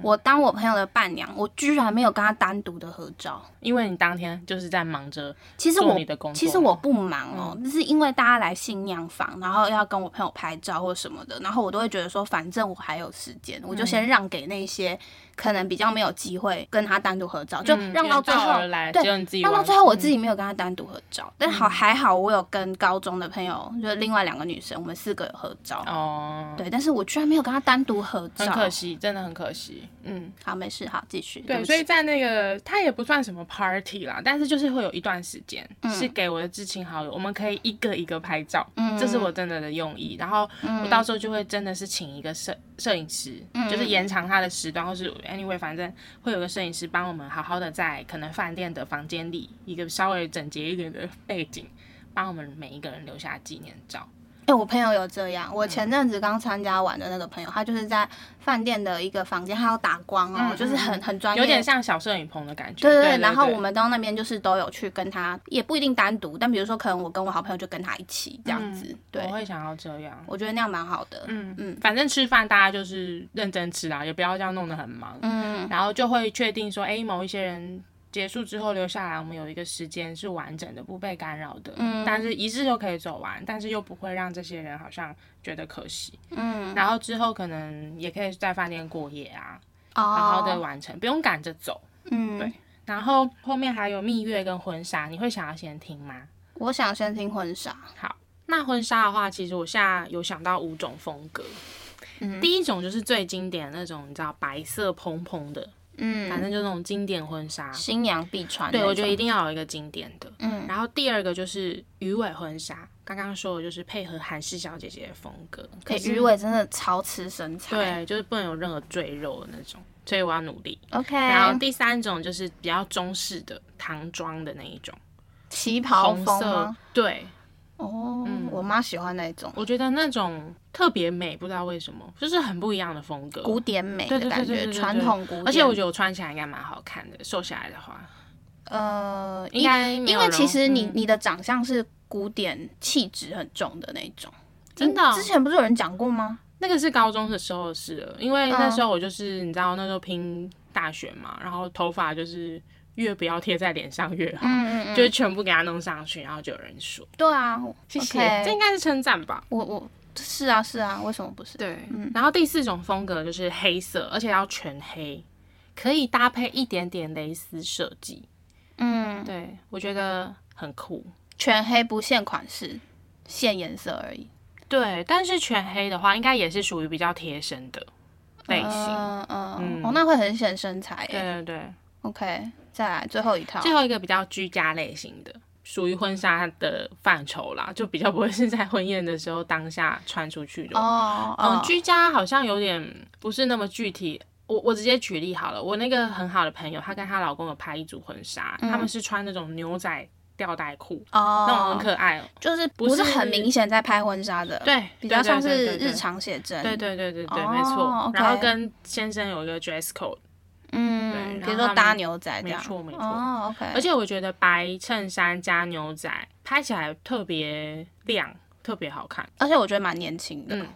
B: 我当我朋友的伴娘，我居然没有跟她单独的合照。
C: 因为你当天就是在忙着
B: 其实
C: 做
B: 我
C: 你的工作嗯
B: 其实我不忙哦，就是因为大家来新娘房，然后要跟我朋友拍照或什么的，然后我都会觉得说，反正我还有时间，我就
C: 嗯
B: 先让给那些可能比较没有机会跟他单独合照，就
C: 嗯
B: 让到
C: 远
B: 最
C: 道
B: 后
C: 而，来，
B: 对
C: 只，有你自己嗯
B: 但到
C: 完
B: 最后我自己没有跟他单独合照，但好还好我有跟高中的朋友，就是另外两个女生，我们四个有合照。
C: 哦，
B: 对，但是我居然没有跟他单独合照。
C: 很可惜，真的很可惜。嗯，
B: 好，没事，好，继续。
C: 对，
B: 不
C: 所以
B: 起
C: 在那个它也不算什么 party 啦，但是就是会有一段时间、
B: 嗯
C: 是给我的至亲好友，我们可以一个一个拍照，这是我真的的用意。然后
B: 嗯
C: 我到时候就会真的是请一个摄摄影师，就是延长他的时段，或是 anyway，反正会有个摄影师帮我们好好的在可能饭店的房间里，一个稍微整洁一点的背景，帮我们每一个人留下纪念照。
B: 哎、我朋友有这样，我
C: 嗯
B: 前阵子刚参加完的那个朋友，他就是在饭店的一个房间，他要打光哦，
C: 嗯
B: 就是很很专业，
C: 有点像小摄影棚的感觉。
B: 对对
C: 对
B: 对，然后我们到那边就是都有去跟他，也不一定单独，但比如说可能我跟我好朋友就跟他一起这样子，
C: 嗯
B: 对
C: 我，会想要这样。
B: 我觉得那样蛮好的，
C: 嗯
B: 嗯
C: 嗯，反正吃饭大家就是认真吃啦，也不要这样弄得很忙。
B: 嗯
C: 然后就会确定说，哎，某一些人结束之后留下来，我们有一个时间是完整的，不被干扰的。
B: 嗯
C: 但是仪式又可以走完，但是又不会让这些人好像觉得可惜。
B: 嗯，
C: 然后之后可能也可以在饭店过夜啊，
B: 哦，
C: 好好的完成，不用赶着走。
B: 嗯，
C: 对然后后面还有蜜月跟婚纱，你会想要先听吗？
B: 我想先听婚纱，
C: 那婚纱的话，其实我现在有想到五种风格。
B: 嗯
C: 第一种就是最经典的那种，你知道白色蓬蓬的，
B: 嗯，
C: 反正就那种经典婚纱。
B: 新娘必穿那
C: 对，
B: 种，
C: 我觉得一定要有一个经典的。
B: 嗯
C: 然后第二个就是鱼尾婚纱，刚刚说的就是配合韩式小姐姐的风格，
B: 可
C: 可
B: 以，
C: 是
B: 鱼尾真的超吃身材，
C: 对，就是不能有任何赘肉的那种，所以我要努力。
B: ，OK，
C: 然后第三种就是比较中式的唐装的那一种，
B: 旗袍
C: 红
B: 风
C: 色嗯
B: 吗？，
C: 对，
B: 哦，我妈喜欢那种
C: 我觉得那种特别美，不知道为什么，就是很不一样的风格。
B: 古典美的
C: 对对对
B: 感
C: 对对
B: 觉，
C: 对对
B: 传统古典，
C: 而且我觉得我穿起来应该蛮好看的，瘦下来的话，
B: 呃，
C: 应该没
B: 因
C: 有
B: 为
C: 人
B: 其实你、
C: 嗯
B: 你的长相是古典气质很重的那一种，
C: 真的哦、
B: 之前不是有人讲过吗？
C: 那个是高中的时候的事了，因为
B: 哦
C: 那时候我就是、你知道那时候拼大学嘛，然后头发就是越不要贴在脸上越好，
B: 嗯嗯嗯，
C: 就是全部给它弄上去，然后就有人说
B: 对啊，
C: 谢谢
B: OK
C: 这应该是称赞吧。
B: 我我是啊是啊，为什么不是？
C: 对，然后第四种风格就是黑色，而且要全黑，可以搭配一点点蕾丝设计，
B: 嗯，
C: 对我觉得很酷。
B: 全黑不限款式，限颜色而已。
C: 对，但是全黑的话，应该也是属于比较贴身的类型。
B: 嗯嗯，
C: 嗯
B: 哦，那会很显身材
C: 对
B: 耶。
C: 对对，
B: OK，再来最后一套。
C: 最后一个比较居家类型的，属于婚纱的范畴啦，就比较不会是在婚宴的时候当下穿出去的。
B: 哦，
C: 嗯
B: 哦，
C: 居家好像有点不是那么具体。我我直接举例好了，我那个很好的朋友，她跟她老公有拍一组婚纱，他们是穿那种牛仔吊带裤，那种
B: 嗯
C: 很
B: 哦，
C: 可爱哦、
B: 就是
C: 不
B: 不是
C: 是
B: 很明显在拍婚纱的，，
C: 对，
B: 呃比较像
C: 对
B: 是
C: 对对对
B: 日常写真。
C: 对对对对对，
B: 哦
C: 没错。然后
B: OK
C: 跟先生有一个 dress code，对
B: 嗯，
C: 然
B: 比如
C: 后
B: 说
C: 他
B: 搭
C: 们
B: 牛仔这
C: 没
B: 样。
C: 错没错
B: 哦，OK，
C: 而且我觉得白衬衫加牛仔拍起来特别亮，特别好看。
B: 而且我觉得蛮年轻的。嗯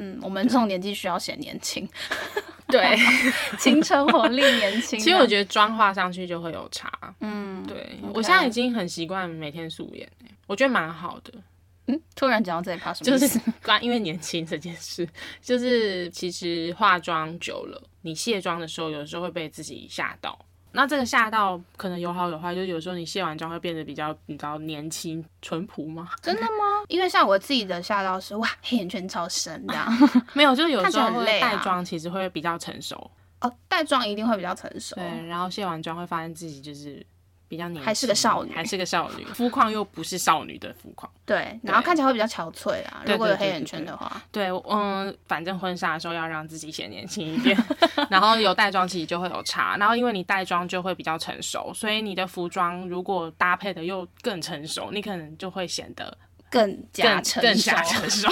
C: 嗯
B: 我们这种年纪需要显年轻，
C: 对，
B: 青春活力年轻。
C: 其实我觉得妆化上去就会有差。
B: 得，嗯，
C: 对
B: OK
C: 我现在已经很习惯每天素颜、欸，我觉得蛮好的。
B: 嗯，突然讲到这一趴，什么
C: 就
B: 意思？
C: 是 关因为年轻这件事，就是其实化妆久了，你卸妆的时候有时候会被自己吓到。那这个吓到可能有好有坏，就是有时候你卸完妆会变得比较你知道年轻淳朴吗？
B: 真的吗？因为像我自己的吓到是哇，黑眼圈超深啊这 样。
C: 没有，就是有
B: 看起
C: 时
B: 来
C: 候
B: 很累啊
C: 带妆其实会比较成熟。
B: 哦，带妆一定会比较成熟。
C: 对，然后卸完妆会发现自己就是比较年轻，
B: 还是个少女
C: 还是个少 女，肤况又不是少女的肤况。
B: 对，然后看起来会比较憔悴啊。
C: 对
B: 如果有
C: 对
B: 黑
C: 对
B: 眼
C: 对
B: 圈的话，
C: 对，我嗯，反正婚纱的时候要让自己显年轻一 点，然后有带妆其实就会有差，然后因为你带妆就会比较成熟，所以你的服装如果搭配的又更成熟，你可能就会显得
B: 更加
C: 更
B: 成
C: 更
B: 熟
C: 加。 成熟，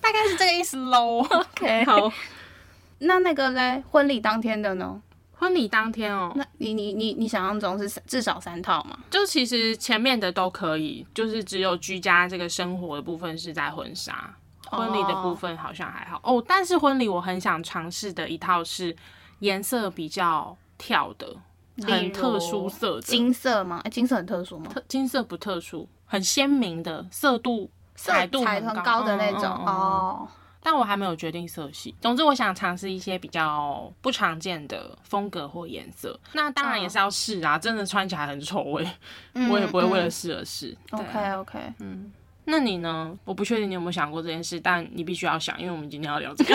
C: 大概是这个意思喽。
B: OK，
C: 好，
B: 那那个嘞，婚礼当天的呢？
C: 婚礼当天哦，
B: 那你你你你想象中是三至少三套吗？
C: 就其实前面的都可以，就是只有居家这个生活的部分是在婚纱，婚礼的部分好像还好哦。但是婚礼我很想尝试的一套是颜色比较跳的，很特殊色的，
B: 金色吗？哎，金色很特殊吗？
C: 特金色不特殊，很鲜明的色度，
B: 色
C: 彩度
B: 彩
C: 很
B: 很高的那
C: 嗯
B: 种
C: 嗯嗯嗯
B: 哦。
C: 但我还没有决定色系。总之，我想尝试一些比较不常见的风格或颜色。那当然也是要
B: 嗯
C: 试啊，真的穿起来很丑，我也、我也不会为了试而试。对啊
B: OK OK，嗯，
C: 那你呢？我不确定你有没有想过这件事，但你必须要想，因为我们今天要聊这 个。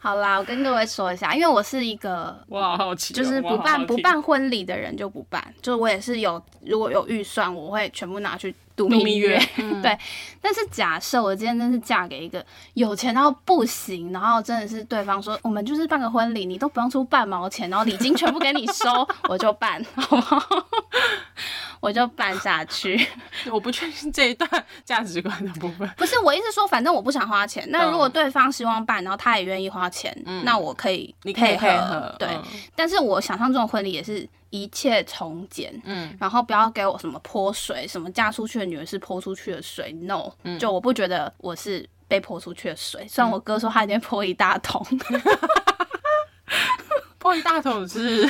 B: 好啦，我跟各位说一下，因为我是一个
C: 我好好奇哦、
B: 就是
C: 我好
B: 不
C: 好
B: 办不
C: 奇
B: 办婚礼的人就不办，就是我也是有如果有预算，我会全部拿去度
C: 度
B: 蜜
C: 蜜月
B: 对，但是假设我今天真是嫁给一个有钱到不行，然后真的是对方说我们就是办个婚礼，你都不用出半毛钱，然后礼金全部给你 收，我就办， 好不好？我就办下去。
C: 我不确定这一段价值观的部分。
B: 不是我意思说，反正我不想花钱。那
C: 懂
B: 如果对方希望办，然后他也愿意花钱，那我可以
C: 嗯你可
B: 配
C: 以配合
B: 对，
C: 嗯
B: 但是我想象中的婚礼也是一切从简，
C: 嗯，
B: 然后不要给我什么泼水，什么嫁出去的女人是泼出去的水，no，、就
C: 嗯
B: 我不觉得我是被泼出去的水。虽然我哥说他已经泼一大桶，
C: 破一大桶是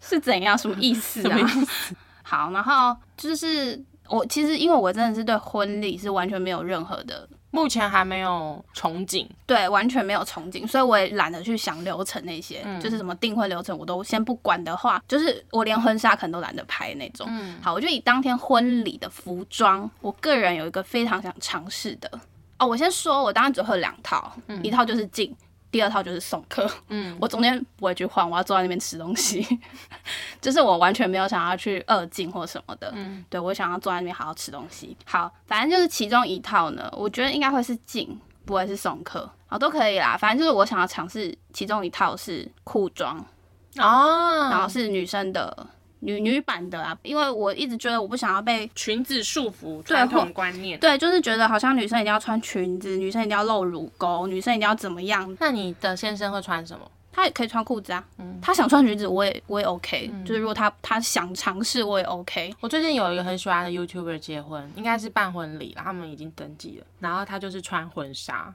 B: 是怎样什么意思
C: 什
B: 啊
C: 么？意思？
B: 好，然后就是我其实因为我真的是对婚礼是完全没有任何的
C: 目前还没有憧憬，
B: 对，完全没有憧憬，所以我也懒得去想流程那些，就是什么订婚流程我都先不管的话，就是我连婚纱可能都懒得拍那种。好，我就以当天婚礼的服装，我个人有一个非常想尝试的哦。我先说，我当然只会有两套，一套就是进。第二套就是送客，嗯，我中间不会去换，我要坐在那边吃东西， 就是我完全没有想要去二进或什么的，嗯，对我想要坐在那边好好吃东西。好，反正就是其中一套呢，我觉得应该会是进，不会是送客，好都可以啦。反正就是我想要尝试其中一套是裤装，然
C: 哦，
B: 后是女生的女女版的啊，因为我一直觉得我不想要被
C: 裙子束缚传
B: 或
C: 统观念。
B: 对，就是觉得好像女生一定要穿裙子，女生一定要露乳沟，女生一定要怎么样，
C: 那你的先生会穿什么？
B: 她也可以穿裤子啊，她想穿裙子我也我也 OK，、就是如果她她想尝试我也 OK。
C: 我最近有一个很喜欢的 YouTuber 结婚，应该是办婚礼啦，他们已经登记了。然后他就是穿婚纱，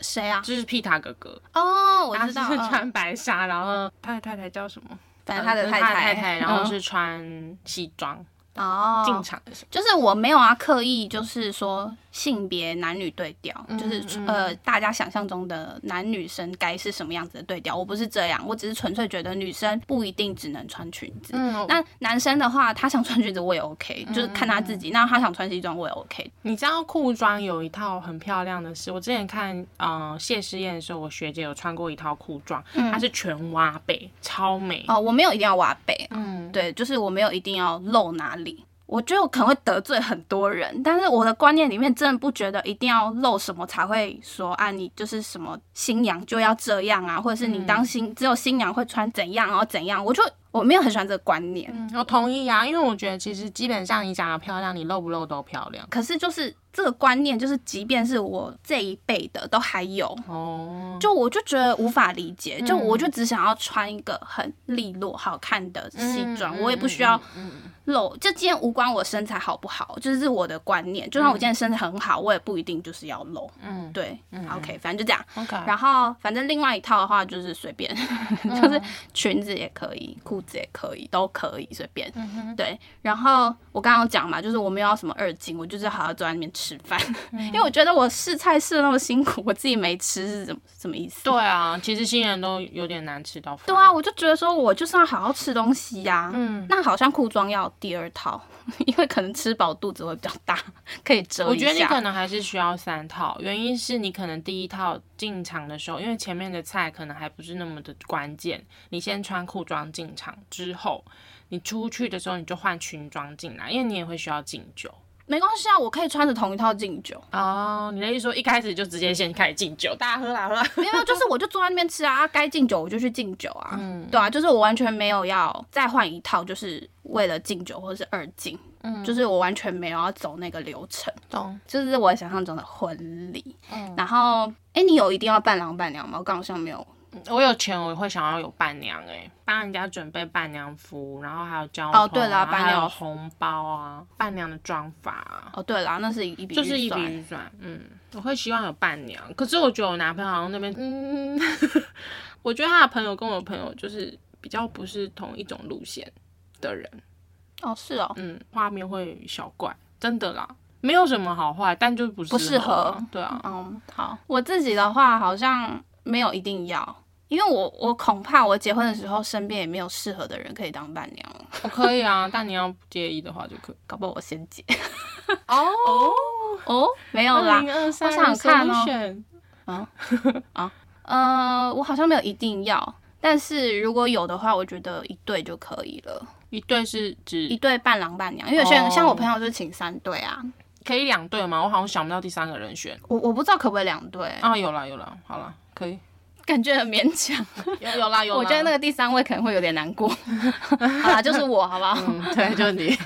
B: 谁啊？
C: 就是皮塔哥哥，
B: 哦，我
C: 他
B: 知
C: 是
B: 道，嗯
C: 穿白纱，然后他的太太叫什么？
B: 反嗯正她的
C: 呃
B: 太
C: 他太太，然后
B: 嗯
C: 是穿西装
B: 哦，
C: 进场的时候。
B: 就是我没有啊，刻意就是说性别男女对调，就是呃大家想象中的男女生该是什么样子的对调，我不是这样，我只是纯粹觉得女生不一定只能穿裙子。
C: 嗯，
B: 那男生的话，他想穿裙子我也 OK，、就是看他自己。那他想穿西装我也 OK。
C: 你知道裤装有一套很漂亮的是，我之前看呃谢师宴的时候，我学姐有穿过一套裤装，它是全挖背，超美。
B: 嗯哦，我没有一定要挖背，
C: 嗯，
B: 对，就是我没有一定要露哪里。我觉得我可能会得罪很多人，但是我的观念里面真的不觉得一定要露什么才会说啊，你就是什么新娘就要这样啊，或者是
C: 嗯
B: 你当新、只有新娘会穿怎样，然后怎样，我就我没有很喜欢这个观念。
C: 嗯我同意啊，因为我觉得其实基本上你长得漂亮，你露不露都漂亮。
B: 可是就是这个观念，就是即便是我这一辈的都还有，
C: 哦，嗯
B: 就我就觉得无法理解，就我就只想要穿一个很利落好看的西
C: 嗯
B: 装，我也不需要露，这今天无关我身材好不好，就是我的观念。就算我今天身材很好，我也不一定就是要露。嗯，对，OK，反正就这样。
C: OK，
B: 然后反正另外一套的话就是随便， 就是裙子也可以，裤子也可以，都可以随便。对，然后我刚刚有讲嘛，就是我没有要什么二斤，我就是好好坐在那边吃饭， 因为我觉得我试菜试的那么辛苦，我自己没吃是怎么什么意思？
C: 对啊，其实新人都有点难吃到饭。
B: 对，啊，我就觉得说，我就是要好好吃东西呀、嗯，那好像裤装要第二套， 因为可能吃饱肚子会比较大，可以遮一下。
C: 我觉得你可能还是需要三套，原因是你可能第一套进场的时候，因为前面的菜可能还不是那么的关键，你先穿裤装进场之后，你出去的时候你就换裙装进来，因为你也会需要敬酒。
B: 没关系啊，我可以穿着同一套敬酒。
C: 哦，你的意思说一开始就直接先开始敬酒，大家喝啦喝啦。
B: 没有，就是我就坐在那边吃啊，啊该敬酒我就去敬酒啊。
C: 嗯
B: 对啊，就是我完全没有要再换一套，就是为了敬酒或者是二敬。嗯，就是我完全没有要走那个流程，
C: 懂。嗯
B: 就是我想象中的婚礼。然后，哎、你有一定要伴郎伴娘吗？我刚好像没有。
C: 我有钱，我会想要有伴娘哎、帮人家准备伴娘服，然后还有交通、
B: 哦对啦
C: 然后还
B: 伴娘
C: 有红包啊，伴娘的妆法、啊。
B: 哦，对啦，那是一笔
C: 就是一
B: 预
C: 笔
B: 算。
C: 预算，嗯，我会希望有伴娘，可是我觉得我男朋友好像那边，嗯， 我觉得他的朋友跟我朋友就是比较不是同一种路线的人，
B: 哦，是哦。
C: 嗯，画面会小怪，真的啦，没有什么好坏，但就不
B: 不适
C: 合啊，
B: 合
C: 对啊，
B: 嗯，好，我自己的话好像没有一定要，因为我我恐怕我结婚的时候身边也没有适合的人可以当伴娘了，
C: 我可以啊，但你要不介意的话就可以，
B: 搞不好我先结。
C: 哦，
B: 哦，没有
C: 二
B: 啦，
C: 零二三，
B: 我想看哦
C: 哦。
B: 啊啊，呃，我好像没有一定要，但是如果有的话，我觉得一对就可以了，
C: 一对是
B: 一
C: 指
B: 对伴郎伴娘，因为有些人、
C: 哦
B: 像我朋友就请三对啊，
C: 可以两对吗？我好像想不到第三个人选。
B: 我我不知道可不可以两对，
C: 啊，有啦有啦，好啦，可 以，
B: 感觉很勉强，
C: 有有 啦有啦。
B: 我觉得那个第三位可能会有点难 过，好啦，就是我好不好？
C: 嗯，对，就是你，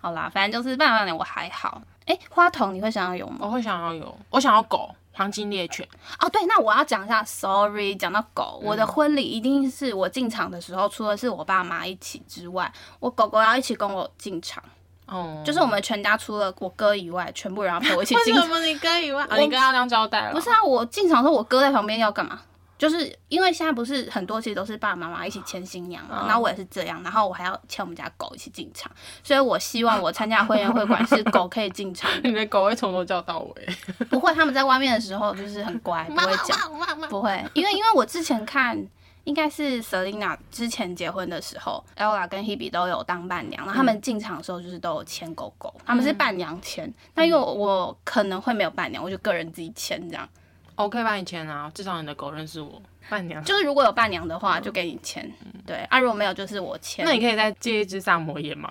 B: 好啦，反正就是伴郎伴娘我还好，哎、花童你会想要有吗？
C: 我会想要有，我想要狗，黄金猎犬。
B: 哦，对，那我要讲一下，sorry，讲到狗，
A: 嗯
B: 我的婚礼一定是我进场的时候，除了是我爸妈一起之外，我狗狗要一起跟我进场，
C: 哦、
B: 就是我们全家除了我哥以外，全部人要陪我一起进场。
A: 么你哥以外？
C: 啊，你跟他这样交代了，
B: 不是啊，我进场的时候，我哥在旁边要干嘛？就是因为现在不是很多，其实都是爸爸妈妈一起牵新娘嘛，
A: 哦
C: 嗯
B: 然后我也是这样，然后我还要牵我们家狗一起进场，所以我希望我参加婚宴会馆是狗可以进场
C: 你的狗会从头叫到尾。
B: 不会他们在外面的时候就是很乖，不会讲。
A: 妈 妈，
B: 不会，因为因为我之前看。应该是 Selina 之前结婚的时候，Ella 跟 Hebe 都有当伴娘，然后他
C: 嗯
B: 们进场的时候就是都有牵狗狗，他们是伴娘牵。那、因为我我可能会没有伴娘，我就个人自己牵这样。
C: 我可以帮你签啊，至少你的狗认识我伴娘。
B: 就是如果有伴娘的话，就给你牵。对，啊，如果没有就是我牵。
C: 嗯那你可以再借一只萨摩耶吗？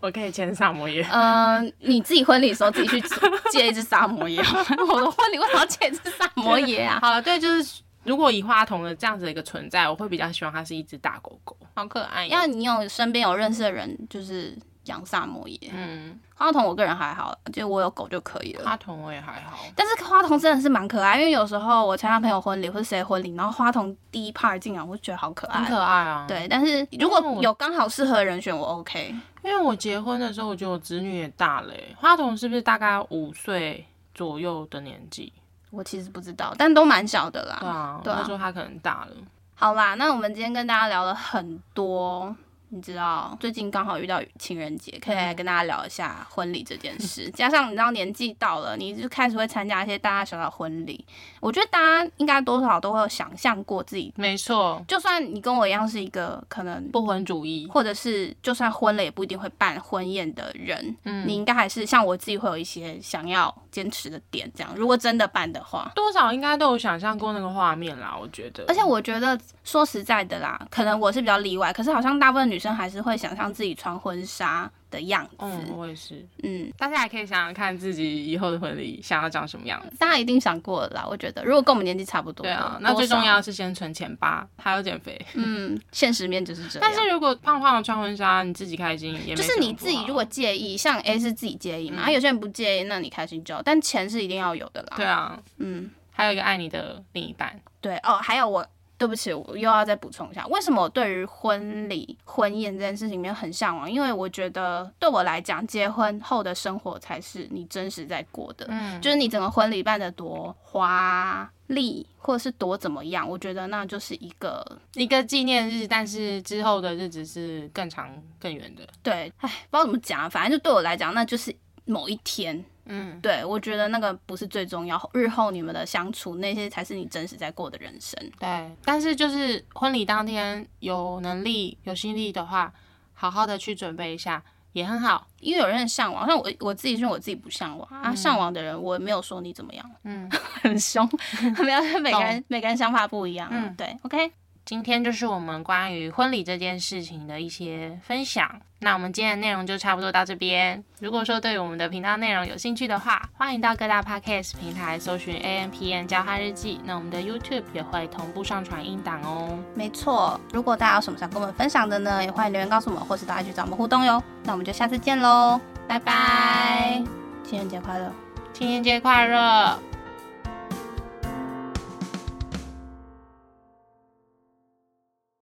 C: 我可以签萨摩耶。
B: 呃，你自己婚礼的时候自己去 借一只萨摩耶，我的婚礼为什么要借一只萨摩耶啊？
C: 好了，对，就是如果以花童的这样子的一个存在，我会比较希望它是一只大狗狗，好可爱哟
B: 要你有身边有认识的人，就是养萨摩耶。
C: 嗯，
B: 花童我个人还好，就我有狗就可以了。
C: 花童我也还好。
B: 但是花童真的是蛮可爱，因为有时候我参加朋友婚礼或是谁婚礼，然后花童第一 part 进来，我就觉得好可
C: 很
B: 爱。
C: 可爱哦啊，，
B: 对，但是如
C: 因为
B: 果
C: 我
B: 有刚好适合的人选，我 OK。
C: 因为我结婚的时候，我觉得我侄女也大了欸、花童是不是大概五岁左右的年纪？
B: 我其实不知道，但都蛮小的
C: 对
B: 啦。
C: 啊，
B: 对啊
C: 那时候她可能大了。
B: 好啦，那我们今天跟大家聊了很多，你知道，最近刚好遇到情人节，可以来跟大家聊一下婚礼这件事。加上你知道年纪到了，你就开始会参加一些大大小小婚礼。我觉得大家应该多少都会有想象过自己，
C: 没错，
B: 就算你跟我一样是一个可能
C: 不婚主义。
B: 或者是就算婚了也不一定会办婚宴的人，
C: 嗯
B: 你应该还是像我自己会有一些想要坚持的点，这样如果真的办的话。
C: 多少应该都有想象过那个画面啦，我觉得。
B: 而且我觉得说实在的啦，可能我是比较例外，可是好像大部分女生还是会想象自己穿婚纱的样子。
C: 嗯，我也是。
B: 嗯，
C: 大家也可以想想看自己以后的婚礼想要长什么样子。
B: 大家一定想过了啦，我觉得如果跟我们年纪差不多的，
C: 对啊，那最
B: 多少
C: 重要，的是先存钱吧，还有减肥。
B: 嗯，现实面就是这样。
C: 但是如果胖胖的穿婚纱，你自己开心也没
B: 就
C: 什
B: 是
C: 么
B: 你
C: 不
B: 自己
C: 好啊
B: 如果介意，像 A 是自己介意嘛，
C: 嗯
B: 啊有些人不介意，那你开心就好，但钱是一定要有的啦。
C: 对啊，
B: 嗯。
C: 还有一个爱你的另一半，
B: 对哦，还有我，对不起，我又要再补充一下，为什么我对于婚礼、婚宴这件事情没有很向往？因为我觉得对我来讲，结婚后的生活才是你真实在过的，
C: 嗯，
B: 就是你整个婚礼办的多华丽，或者是多怎么样，我觉得那就是一个
C: 一个纪念日，但是之后的日子是更长更远的。
B: 对，唉，不知道怎么讲啊，反正就对我来讲，那就是某一天。
C: 嗯，
B: 对，我觉得那个不是最重要，日后你们的相处那些才是你真实在过的人生。
C: 对。但是就是婚礼当天有能力有心力的话，好好的去准备一下也很好。
B: 因为有人很向往，像我我自己是我自己不向往啊，向往的人我没有说你怎么样，
C: 嗯，
B: 很凶，没有， 每个人每个人想法不一样啊，
C: 嗯
B: 对，OK，
C: 今天就是我们关于婚礼这件事情的一些分享。那我们今天的内容就差不多到这边。如果说对我们的频道内容有兴趣的话，欢迎到各大 podcast 平台搜寻 A M P N 交换日记。那我们的 YouTube 也会同步上传音档哦。
B: 没错。如果大家有什么想跟我们分享的呢，也欢迎留言告诉我们，或是大家去找我们互动哟。那我们就下次见喽，拜拜，情人节快乐。
C: 情人节快乐，